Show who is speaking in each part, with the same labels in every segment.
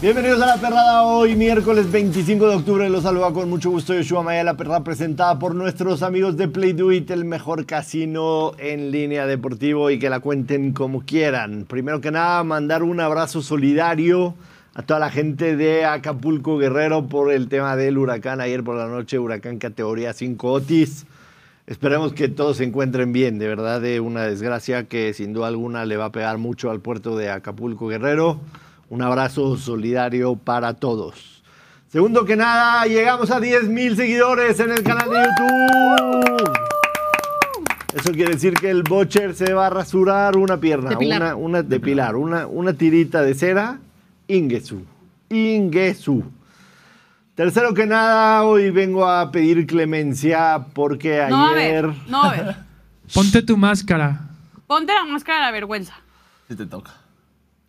Speaker 1: Bienvenidos a La Perrada, hoy miércoles 25 de octubre, los saluda con mucho gusto Yoshua Maya, La Perrada presentada por nuestros amigos de Play Do It, el mejor casino en línea deportivo y que la cuenten como quieran. Primero que nada, mandar un abrazo solidario a toda la gente de Acapulco Guerrero por el tema del huracán ayer por la noche, huracán categoría 5 Otis. Esperemos que todos se encuentren bien, de verdad, de una desgracia que sin duda alguna le va a pegar mucho al puerto de Acapulco Guerrero. Un abrazo solidario para todos. Segundo que nada, llegamos a 10 mil seguidores en el canal de YouTube. Eso quiere decir que el Bocher se va a rasurar una pierna,
Speaker 2: Depilar.
Speaker 1: una, una depilar, una, una tirita de cera. Ingesu. Ingesu. Tercero que nada, hoy vengo a pedir clemencia porque
Speaker 2: No va a
Speaker 1: ayer.
Speaker 2: ver, no va a ver.
Speaker 3: Ponte tu máscara.
Speaker 2: Ponte la máscara de la vergüenza.
Speaker 4: Sí te toca.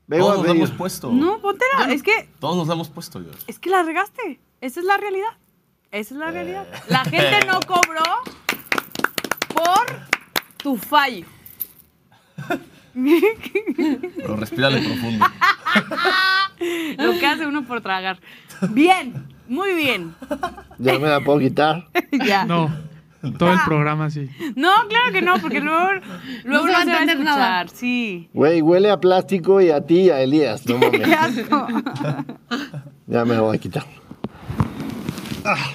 Speaker 1: vengo
Speaker 4: Todos
Speaker 1: a
Speaker 4: nos la
Speaker 1: pedir-
Speaker 4: hemos puesto.
Speaker 2: No, ponte la. Es que,
Speaker 4: Todos nos la hemos puesto, yo.
Speaker 2: es que la regaste. Esa es la realidad. Esa es la realidad. La gente no cobró por tu fallo.
Speaker 4: Pero respírale profundo.
Speaker 2: Lo que hace uno por tragar. Bien, muy bien.
Speaker 1: Ya me la puedo quitar.
Speaker 2: Ya. No,
Speaker 3: No. Todo el
Speaker 2: Ah.
Speaker 3: programa sí.
Speaker 2: claro que no, porque luego, luego no se va a
Speaker 5: entender
Speaker 2: escuchar.
Speaker 5: nada.
Speaker 2: Sí.
Speaker 1: Güey, huele a plástico y a ti y a Elías. No mames.
Speaker 2: Qué asco.
Speaker 1: Ya me lo voy a quitar. Ah.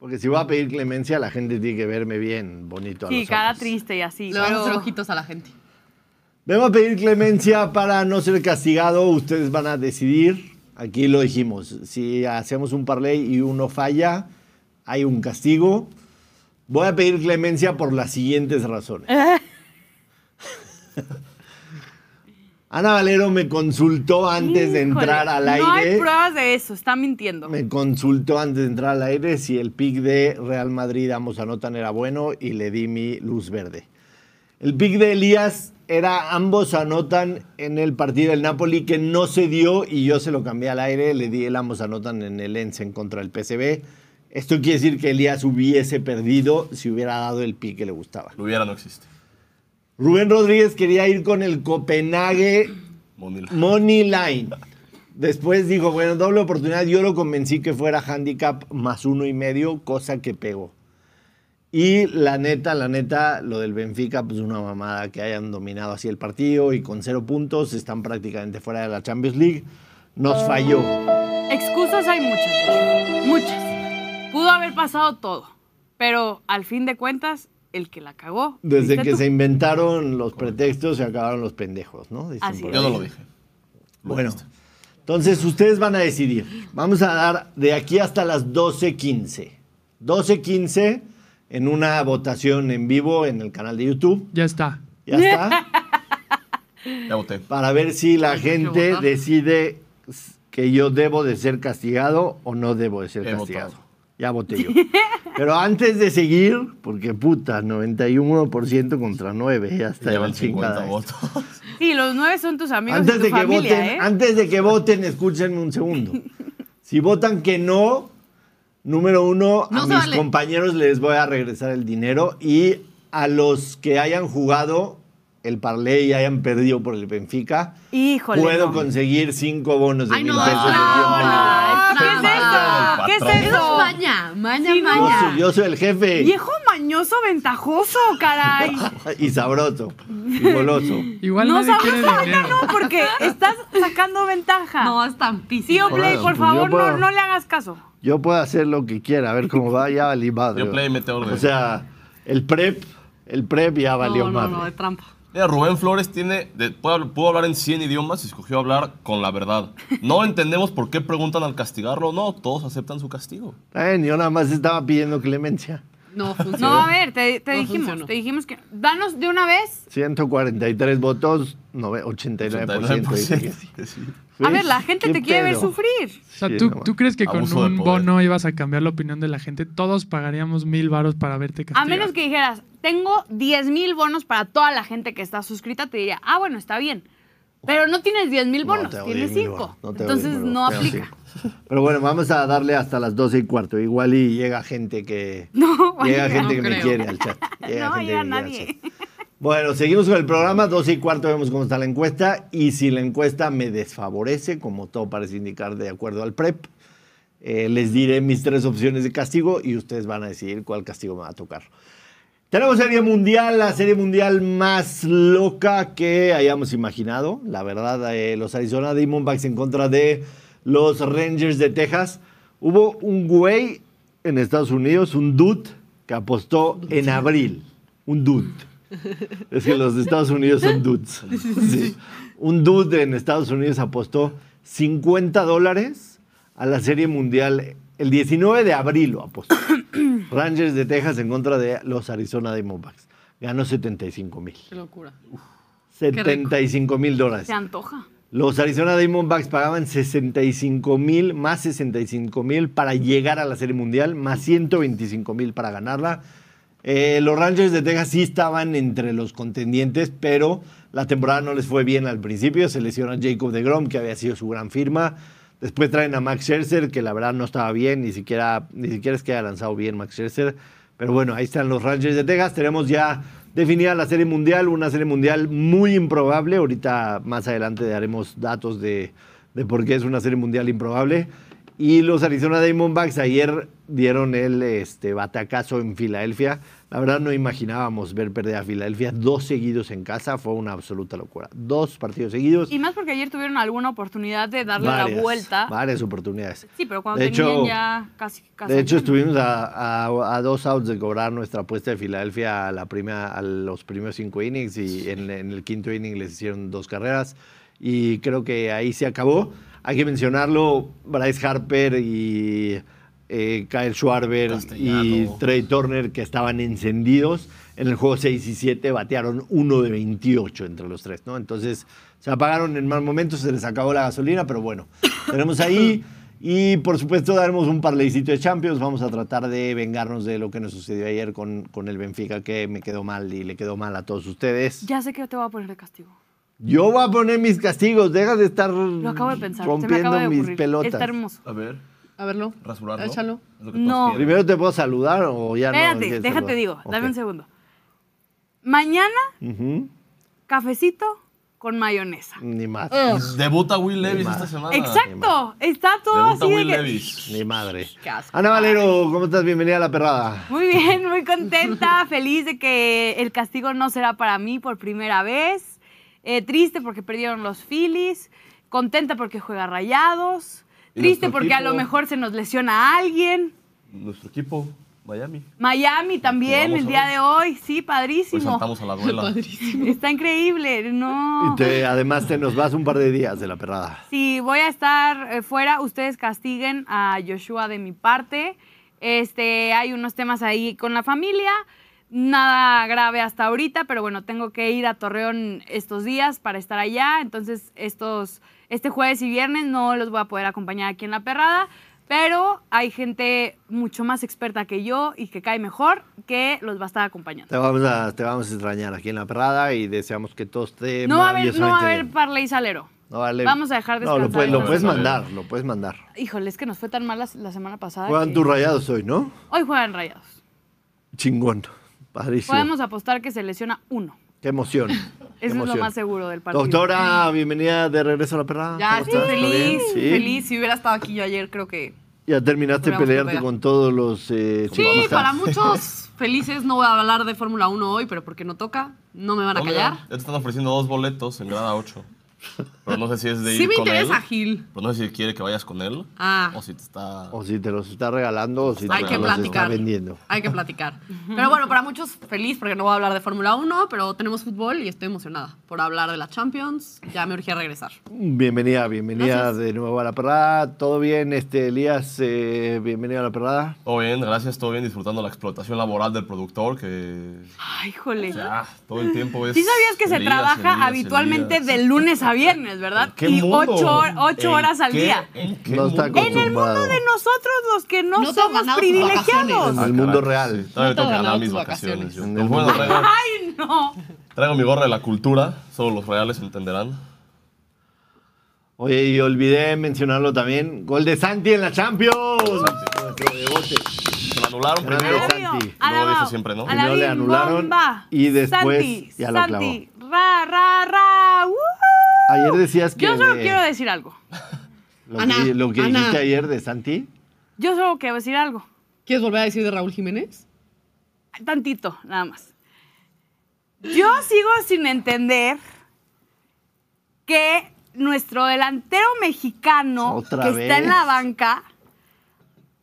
Speaker 1: Porque si voy a pedir clemencia, la gente tiene que verme bien, bonito. a
Speaker 2: Sí,
Speaker 1: los
Speaker 2: cara
Speaker 1: ojos.
Speaker 2: triste y así.
Speaker 5: Le van a hacer
Speaker 2: pero-
Speaker 5: ojitos a la gente.
Speaker 1: Vengo a pedir clemencia para no ser castigado. Ustedes van a decidir. Aquí lo dijimos. Si hacemos un parlay y uno falla, hay un castigo. Voy a pedir clemencia por las siguientes razones. Ana Valero me consultó antes de entrar
Speaker 2: Híjole,
Speaker 1: al
Speaker 2: No hay
Speaker 1: aire.
Speaker 2: pruebas de eso, está mintiendo.
Speaker 1: Me consultó antes de entrar al aire si el pick de Real Madrid ambos anotan era bueno y le di mi luz verde. El pick de Elías era ambos anotan en el partido del Napoli que no se dio y yo se lo cambié al aire, le di el ambos anotan en el Ensen contra el PSV. Esto quiere decir que Elías hubiese perdido si hubiera dado el pick que le gustaba.
Speaker 4: Lo hubiera, no existe.
Speaker 1: Rubén Rodríguez quería ir con el Copenhague
Speaker 4: Monila.
Speaker 1: Money Line. Después dijo, bueno, doble oportunidad. Yo lo convencí que fuera handicap más uno y medio, cosa que pegó. Y la neta, la neta, lo del Benfica, pues una mamada que hayan dominado así el partido y con cero puntos están prácticamente fuera de la Champions League. Nos falló.
Speaker 2: Excusas hay muchas, muchas. Pudo haber pasado todo, pero al fin de cuentas, el que la cagó.
Speaker 1: Desde
Speaker 2: fuiste
Speaker 1: que
Speaker 2: tú.
Speaker 1: se inventaron los pretextos, se acabaron los pendejos, ¿no? Dicen
Speaker 2: Así
Speaker 1: por
Speaker 4: Yo
Speaker 1: ahí.
Speaker 4: no lo dije. Lo
Speaker 1: Bueno,
Speaker 4: dijiste.
Speaker 1: entonces ustedes van a decidir. Vamos a dar de aquí hasta las 12.15. 12.15 en una votación en vivo en el canal de YouTube.
Speaker 3: Ya está.
Speaker 1: Ya está.
Speaker 4: Ya voté.
Speaker 1: Para ver si la
Speaker 5: Hay que
Speaker 1: gente
Speaker 5: votar.
Speaker 1: decide s- que yo debo de ser castigado o no debo de ser
Speaker 4: He
Speaker 1: castigado.
Speaker 4: votado.
Speaker 1: Ya voté yo. Pero antes de seguir, porque puta, 91% contra 9, ya está.
Speaker 4: Llevan
Speaker 1: la chingada
Speaker 4: 50
Speaker 1: esto.
Speaker 4: votos.
Speaker 2: Sí, los nueve son tus amigos
Speaker 1: Antes
Speaker 2: y tu
Speaker 1: de, que
Speaker 2: familia,
Speaker 1: voten,
Speaker 2: ¿eh?
Speaker 1: antes de que voten, escúchenme un segundo. Si votan que no, número uno, a
Speaker 5: No se
Speaker 1: mis
Speaker 5: vale.
Speaker 1: compañeros les voy a regresar el dinero y a los que hayan jugado el parlay y hayan perdido por el Benfica,
Speaker 2: Híjole.
Speaker 1: puedo
Speaker 2: no.
Speaker 1: conseguir cinco bonos de
Speaker 5: Ay,
Speaker 1: mil
Speaker 5: no,
Speaker 1: pesos.
Speaker 5: es
Speaker 2: Ah,
Speaker 5: Es trampa.
Speaker 2: ¿Qué es eso? ¿Qué es
Speaker 4: Eso
Speaker 5: Eso es
Speaker 2: eso?
Speaker 5: maña, maña,
Speaker 2: Sí, no.
Speaker 1: Yo
Speaker 5: maña.
Speaker 1: soy, yo soy el jefe
Speaker 2: Viejo mañoso ventajoso, caray.
Speaker 1: y sabroso y goloso.
Speaker 3: Igual
Speaker 2: no
Speaker 3: nadie
Speaker 2: sabes
Speaker 3: quiere
Speaker 2: ahorita
Speaker 3: dinero.
Speaker 2: no, porque estás sacando ventaja.
Speaker 5: No, es
Speaker 2: sí,
Speaker 5: tampísimo.
Speaker 2: o Play, por
Speaker 1: Pues yo
Speaker 2: favor,
Speaker 1: puedo.
Speaker 2: no, no le hagas caso.
Speaker 1: Yo puedo hacer lo que quiera, a ver cómo va, ya valí madre.
Speaker 4: Yo play mete orden.
Speaker 1: O sea, el prep, el prep ya valió
Speaker 5: no, no,
Speaker 1: madre.
Speaker 5: no, es trampa.
Speaker 4: Mira, Rubén Flores tiene, de- puede habl- pudo hablar en 100 idiomas y escogió hablar con la verdad. No entendemos por qué preguntan al castigarlo. No, todos aceptan su castigo.
Speaker 1: Está bien, yo nada más estaba pidiendo clemencia.
Speaker 5: No
Speaker 2: No,
Speaker 5: funciona.
Speaker 2: a ver, te, te
Speaker 5: No
Speaker 2: dijimos,
Speaker 5: funcionó.
Speaker 2: te dijimos que. Danos de una vez
Speaker 1: 143 votos, nove- 89%. dice que sí.
Speaker 4: 89%. Sí.
Speaker 2: A ver, la gente
Speaker 1: ¿Qué
Speaker 2: te quiere ver
Speaker 1: pedo?
Speaker 2: sufrir.
Speaker 3: O sea,
Speaker 1: Sí,
Speaker 3: ¿tú,
Speaker 1: no,
Speaker 3: tú crees que con
Speaker 4: Abuso de
Speaker 3: un
Speaker 4: poder.
Speaker 3: bono ibas a cambiar la opinión de la gente? Todos pagaríamos mil varos para verte
Speaker 2: A
Speaker 3: castigado.
Speaker 2: menos que dijeras, tengo 10 mil bonos para toda la gente que está suscrita, te diría, ah, bueno, está bien. Pero no tienes 10 mil
Speaker 1: No,
Speaker 2: bonos,
Speaker 1: te odio,
Speaker 2: tienes
Speaker 1: mil
Speaker 2: 5.
Speaker 1: bonos. No te odio,
Speaker 2: Entonces
Speaker 1: mil
Speaker 2: no
Speaker 1: bonos, pero
Speaker 2: aplica.
Speaker 1: sí. Pero bueno, vamos a darle hasta las 12 y cuarto. Igual y llega gente que.
Speaker 2: No,
Speaker 1: llega
Speaker 2: vaya.
Speaker 1: gente que
Speaker 5: no
Speaker 1: me
Speaker 5: creo.
Speaker 1: quiere al chat. Llega gente que
Speaker 2: No llega
Speaker 1: me quiere al
Speaker 2: nadie.
Speaker 1: chat. Bueno, seguimos con el programa, 12 y cuarto vemos cómo está la encuesta y si la encuesta me desfavorece, como todo parece indicar de acuerdo al PREP, eh, les diré mis tres opciones de castigo y ustedes van a decidir cuál castigo me va a tocar. Tenemos serie mundial, la serie mundial más loca que hayamos imaginado. La verdad, eh, los Arizona Diamondbacks en contra de los Rangers de Texas. Hubo un güey en Estados Unidos, un dude, que apostó en abril. Un dude. Es que los de Estados Unidos son dudes. Sí. Un dude en Estados Unidos apostó 50 dólares a la serie mundial. El 19 de abril lo apostó. Rangers de Texas en contra de los Arizona Diamondbacks. Ganó 75 mil.
Speaker 5: Qué locura.
Speaker 1: 75 mil dólares.
Speaker 2: Se antoja.
Speaker 1: Los Arizona Diamondbacks pagaban 65 mil más 65 mil para llegar a la Serie Mundial, más 125 mil para ganarla. Eh, los Rangers de Texas sí estaban entre los contendientes, pero la temporada no les fue bien al principio. Se lesionó a Jacob de Grom, que había sido su gran firma. Después traen a Max Scherzer, que la verdad no estaba bien, ni siquiera, ni siquiera es que haya lanzado bien Max Scherzer. Pero bueno, ahí están los Rangers de Texas. Tenemos ya definida la Serie Mundial, una Serie Mundial muy improbable. Ahorita más adelante daremos datos de, de por qué es una Serie Mundial improbable. Y los Arizona Diamondbacks ayer dieron el este, batacazo en Filadelfia. La verdad no imaginábamos ver perder a Filadelfia dos seguidos en casa. Fue una absoluta locura. Dos partidos seguidos.
Speaker 2: Y más porque ayer tuvieron alguna oportunidad de darle la
Speaker 1: Varias-
Speaker 2: vuelta.
Speaker 1: Varias oportunidades.
Speaker 2: Sí, pero cuando
Speaker 1: De
Speaker 2: tenían
Speaker 1: hecho-
Speaker 2: ya casi, casi.
Speaker 1: De hecho,
Speaker 2: lleno.
Speaker 1: estuvimos a, a- a dos outs de cobrar nuestra apuesta de Filadelfia a, la primera, a los primeros cinco innings y en, en el quinto inning les hicieron dos carreras y creo que ahí se acabó. Hay que mencionarlo, Bryce Harper y eh, Kyle Schwarber y
Speaker 4: Castellano.
Speaker 1: Trey Turner que estaban encendidos. En el juego 6 y 7 batearon uno de 28 entre los tres, ¿no? Entonces se apagaron en mal momento, se les acabó la gasolina, pero bueno, tenemos ahí. Y por supuesto daremos un parleycito de Champions. Vamos a tratar de vengarnos de lo que nos sucedió ayer con, con el Benfica, que me quedó mal y le quedó mal a todos ustedes.
Speaker 2: Ya sé que te voy a poner de castigo.
Speaker 1: Yo voy a poner mis castigos. Deja de estar
Speaker 2: Lo acabo de pensar. se me
Speaker 1: rompiendo
Speaker 2: acaba de
Speaker 1: mis
Speaker 2: ocurrir.
Speaker 1: pelotas.
Speaker 2: Está hermoso.
Speaker 4: A ver,
Speaker 5: A verlo.
Speaker 4: rasurarlo.
Speaker 5: Échalo.
Speaker 4: Es lo que
Speaker 2: No.
Speaker 4: todos quieren.
Speaker 1: Primero te puedo saludar o ya no.
Speaker 2: Espérate,
Speaker 1: quieres
Speaker 2: déjate
Speaker 1: saludar?
Speaker 2: digo. Dame un
Speaker 1: Ok.
Speaker 2: segundo. Mañana,
Speaker 1: Ujú.
Speaker 2: cafecito con mayonesa.
Speaker 1: Ni más.
Speaker 4: Debuta Will Levis esta semana.
Speaker 2: Exacto. Está todo
Speaker 4: Debuta
Speaker 2: así de
Speaker 4: Will
Speaker 2: que-
Speaker 4: Levis.
Speaker 1: Ni madre.
Speaker 5: Qué asco.
Speaker 1: Ana Valero, ¿cómo estás? Bienvenida a la perrada.
Speaker 2: Muy bien, muy contenta, feliz de que el castigo no será para mí por primera vez. Eh, triste porque perdieron los Phillies. Contenta porque juega Rayados.
Speaker 4: Y
Speaker 2: Triste
Speaker 4: nuestro
Speaker 2: porque a
Speaker 4: equipo.
Speaker 2: lo mejor se nos lesiona a alguien.
Speaker 4: Nuestro equipo, Miami.
Speaker 2: Miami también
Speaker 4: Jugamos
Speaker 2: el día
Speaker 4: hoy.
Speaker 2: de hoy,
Speaker 4: Pues
Speaker 2: sí,
Speaker 4: Hoy
Speaker 2: padrísimo.
Speaker 4: saltamos a la duela.
Speaker 5: Padrísimo.
Speaker 2: Está increíble, no.
Speaker 1: Y te- además te nos vas un par de días de la perrada.
Speaker 2: Si voy a estar eh, fuera, ustedes castiguen a Joshua de mi parte. Este, hay unos temas ahí con la familia. Nada grave hasta ahorita, pero bueno, tengo que ir a Torreón estos días para estar allá. Entonces, estos, este jueves y viernes no los voy a poder acompañar aquí en La Perrada. Pero hay gente mucho más experta que yo y que cae mejor que los va a estar acompañando.
Speaker 1: Te vamos a, te vamos a extrañar aquí en la perrada y deseamos que todos te
Speaker 2: No va a haber, no va a
Speaker 1: maravillosamente
Speaker 2: haber
Speaker 1: bien.
Speaker 2: parlay salero.
Speaker 1: No, vale.
Speaker 2: Vamos a dejar
Speaker 1: No, lo
Speaker 2: descansar
Speaker 1: puedes,
Speaker 2: a
Speaker 1: lo
Speaker 2: los
Speaker 1: puedes
Speaker 4: dos.
Speaker 1: mandar, lo puedes mandar.
Speaker 2: Híjole, es que nos fue tan mal la, la semana pasada.
Speaker 1: Juegan
Speaker 2: que-
Speaker 1: tus rayados hoy, ¿no?
Speaker 2: Hoy juegan rayados.
Speaker 1: Chingón. Padrísimo.
Speaker 2: Podemos apostar que se lesiona uno.
Speaker 1: Qué emoción. Qué
Speaker 2: Eso es lo
Speaker 1: emoción.
Speaker 2: más seguro del partido.
Speaker 1: Doctora, bienvenida de regreso a la perrada.
Speaker 5: Ya,
Speaker 1: ¿Cómo
Speaker 5: estoy
Speaker 1: estás? ¿Todo bien?
Speaker 5: feliz,
Speaker 1: Sí.
Speaker 5: feliz. Si hubiera estado aquí yo ayer, creo que...
Speaker 1: Ya terminaste de
Speaker 5: Volvemos con
Speaker 1: pelearte
Speaker 5: Vega.
Speaker 1: con todos los eh,
Speaker 5: Sí,
Speaker 1: chimpancés.
Speaker 5: para muchos felices no voy a hablar de Fórmula 1 hoy, pero porque no toca, no me van a
Speaker 4: Hola,
Speaker 5: callar.
Speaker 4: Ya te están ofreciendo dos boletos en grada 8. Pero no sé si es de ir
Speaker 5: Sí me
Speaker 4: con
Speaker 5: interesa
Speaker 4: él.
Speaker 5: Gil.
Speaker 4: Pero no sé si quiere que vayas con él.
Speaker 5: Ah.
Speaker 4: O si te está.
Speaker 1: O si te los está regalando o si te
Speaker 5: Hay
Speaker 1: los
Speaker 5: que
Speaker 1: está
Speaker 5: platicar.
Speaker 1: vendiendo.
Speaker 5: Hay que platicar. Pero bueno, para muchos feliz porque no voy a hablar de Fórmula 1, pero tenemos fútbol y estoy emocionada por hablar de la Champions. Ya me urgía regresar.
Speaker 1: Bienvenida, bienvenida de nuevo a la perrada. ¿Todo bien, este Elías? eh, bienvenido a la perrada.
Speaker 4: Todo bien, gracias, todo bien, disfrutando la explotación laboral del productor que
Speaker 2: Ay, híjole.
Speaker 4: ya todo el tiempo es.
Speaker 2: Sí sabías que se
Speaker 4: Elías,
Speaker 2: trabaja
Speaker 4: Elías,
Speaker 2: habitualmente
Speaker 4: Elías.
Speaker 2: de lunes a viernes, ¿verdad?
Speaker 4: ¿Qué
Speaker 2: y
Speaker 4: mundo?
Speaker 2: ocho, hor- ocho
Speaker 4: ¿En
Speaker 2: horas al
Speaker 4: qué-
Speaker 2: día.
Speaker 4: ¿En qué
Speaker 1: No está
Speaker 4: mundo?
Speaker 2: En el mundo de nosotros los que no,
Speaker 5: No te han
Speaker 2: somos
Speaker 5: ganado tus
Speaker 2: privilegiados.
Speaker 1: En
Speaker 4: Ah,
Speaker 1: el mundo
Speaker 4: caray,
Speaker 1: real.
Speaker 4: sí. Todavía
Speaker 5: No
Speaker 4: tengo
Speaker 5: te
Speaker 4: que
Speaker 5: han
Speaker 4: ganar
Speaker 5: ganado
Speaker 4: mis
Speaker 5: tus
Speaker 4: vacaciones.
Speaker 5: vacaciones.
Speaker 4: yo.
Speaker 1: En el
Speaker 4: Pues
Speaker 1: mundo
Speaker 4: bueno, traigo,
Speaker 2: Ay, no.
Speaker 4: traigo mi gorra de la cultura, solo los reales entenderán.
Speaker 1: Oye, y olvidé mencionarlo también. Gol de Santi en la Champions. Nuestro rebote.
Speaker 4: Se la anularon
Speaker 1: Grande
Speaker 4: primero.
Speaker 1: Santi. Santi.
Speaker 4: Luego dice
Speaker 2: Alabao,
Speaker 4: siempre, ¿no?
Speaker 1: Primero le
Speaker 2: Alabim,
Speaker 1: anularon
Speaker 2: bomba.
Speaker 1: y después
Speaker 2: Santi,
Speaker 1: ya lo
Speaker 2: Santi, ra, ra, ra. uh.
Speaker 1: Ayer decías que.
Speaker 2: Yo solo
Speaker 1: de-
Speaker 2: quiero decir algo.
Speaker 1: Lo,
Speaker 5: Ana,
Speaker 1: que, lo que
Speaker 5: Ana.
Speaker 1: dijiste ayer de Santi.
Speaker 2: Yo solo quiero decir algo.
Speaker 5: ¿Quieres volver a decir de Raúl Jiménez?
Speaker 2: Tantito, nada más. Yo sigo sin entender que nuestro delantero mexicano
Speaker 1: Otra
Speaker 2: que está
Speaker 1: vez.
Speaker 2: en la banca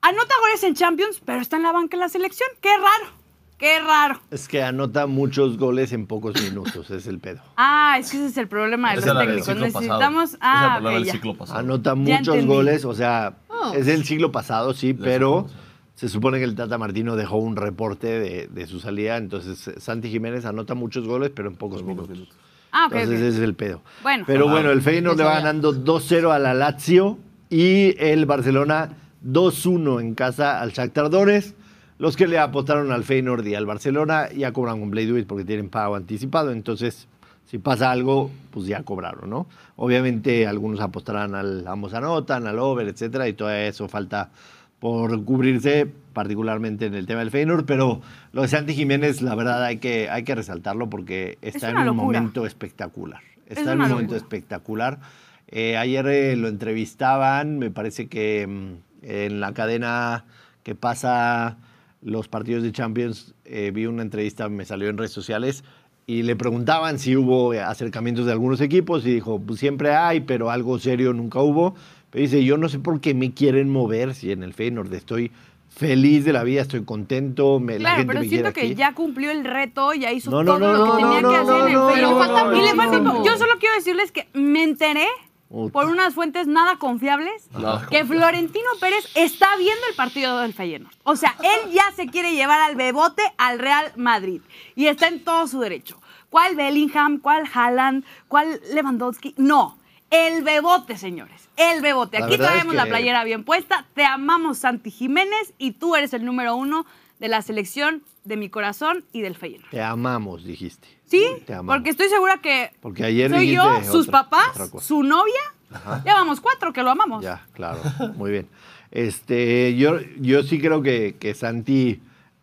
Speaker 2: anota goles en Champions, pero está en la banca en la selección. Qué raro, qué raro.
Speaker 1: Es que anota muchos goles en pocos minutos, es el pedo.
Speaker 2: Ah, es que ese es el problema de
Speaker 4: Esa
Speaker 2: los
Speaker 4: es la del
Speaker 2: técnicos.
Speaker 4: ciclo
Speaker 2: Necesitamos.
Speaker 4: pasado. Esa es
Speaker 2: Ah,
Speaker 4: la palabra
Speaker 2: ok,
Speaker 4: del
Speaker 2: ya.
Speaker 4: ciclo pasado.
Speaker 1: Anota muchos
Speaker 2: entendí.
Speaker 1: goles, o sea,
Speaker 5: Oh.
Speaker 1: es del siglo pasado, sí,
Speaker 4: siglo
Speaker 1: pero
Speaker 4: pasado.
Speaker 1: se supone que el Tata Martino dejó un reporte de, de su salida, entonces eh, Santi Jiménez anota muchos goles, pero en pocos minutos.
Speaker 2: Ah, ok, ok.
Speaker 1: Entonces ese es el pedo.
Speaker 2: Bueno.
Speaker 1: Pero
Speaker 4: Ah,
Speaker 1: bueno, el Feyenoord le va ganando 2-0 a la Lazio y el Barcelona 2-1 en casa al Shakhtar Donetsk. Los que le apostaron al Feyenoord y al Barcelona ya cobran un Play Do It porque tienen pago anticipado. Entonces, si pasa algo, pues ya cobraron, ¿no? Obviamente algunos apostarán al ambos anotan, al over, etcétera, y todo eso falta por cubrirse, particularmente en el tema del Feyenoord, pero lo de Santi Jiménez, la verdad, hay que, hay que resaltarlo porque está en
Speaker 2: una
Speaker 1: un
Speaker 2: locura.
Speaker 1: momento espectacular.
Speaker 2: Es
Speaker 1: Está en
Speaker 2: una
Speaker 1: un momento
Speaker 2: locura.
Speaker 1: espectacular. Eh, ayer eh, lo entrevistaban, me parece que mm, en la cadena que pasa los partidos de Champions, eh, vi una entrevista, me salió en redes sociales, y le preguntaban si hubo eh, acercamientos de algunos equipos, y dijo, pues siempre hay, pero algo serio nunca hubo. Pero dice, yo no sé por qué me quieren mover si en el Feyenoord estoy feliz de la vida, estoy contento, me, la
Speaker 2: Claro,
Speaker 1: gente
Speaker 2: pero
Speaker 1: me
Speaker 2: siento
Speaker 1: quiere
Speaker 2: que
Speaker 1: aquí".
Speaker 2: ya cumplió el reto, ya hizo
Speaker 1: No, no,
Speaker 2: todo
Speaker 1: no,
Speaker 2: lo que
Speaker 1: no,
Speaker 2: tenía
Speaker 1: no,
Speaker 2: que
Speaker 1: no,
Speaker 2: hacer en el
Speaker 1: no,
Speaker 2: Facebook.
Speaker 5: no, falta no,
Speaker 2: y le
Speaker 5: muchísimo.
Speaker 2: falta un poco. Yo solo quiero decirles que me enteré
Speaker 1: Puta.
Speaker 2: por unas fuentes nada confiables
Speaker 4: Nada
Speaker 2: que Florentino Pérez está viendo el partido del Feyenoord. O sea, él ya se quiere llevar al bebote al Real Madrid y está en todo su derecho. ¿Cuál Bellingham? ¿Cuál Haaland? ¿Cuál Lewandowski? No. El bebote, señores. El bebote.
Speaker 1: La
Speaker 2: Aquí
Speaker 1: verdad es
Speaker 2: traemos la
Speaker 1: que-
Speaker 2: playera bien puesta. Te amamos, Santi Jiménez, y tú eres el número uno de la selección de mi corazón y del Feyenoord.
Speaker 1: Te amamos, dijiste.
Speaker 2: ¿Sí?
Speaker 1: Te amamos.
Speaker 2: Porque estoy segura que
Speaker 1: Porque ayer
Speaker 2: soy yo,
Speaker 1: dijiste
Speaker 2: sus
Speaker 1: otra-
Speaker 2: papás,
Speaker 1: otra cosa.
Speaker 2: su novia. Ya vamos cuatro que lo amamos.
Speaker 1: Ya, claro, muy bien. Este, yo, yo sí creo que, que Santi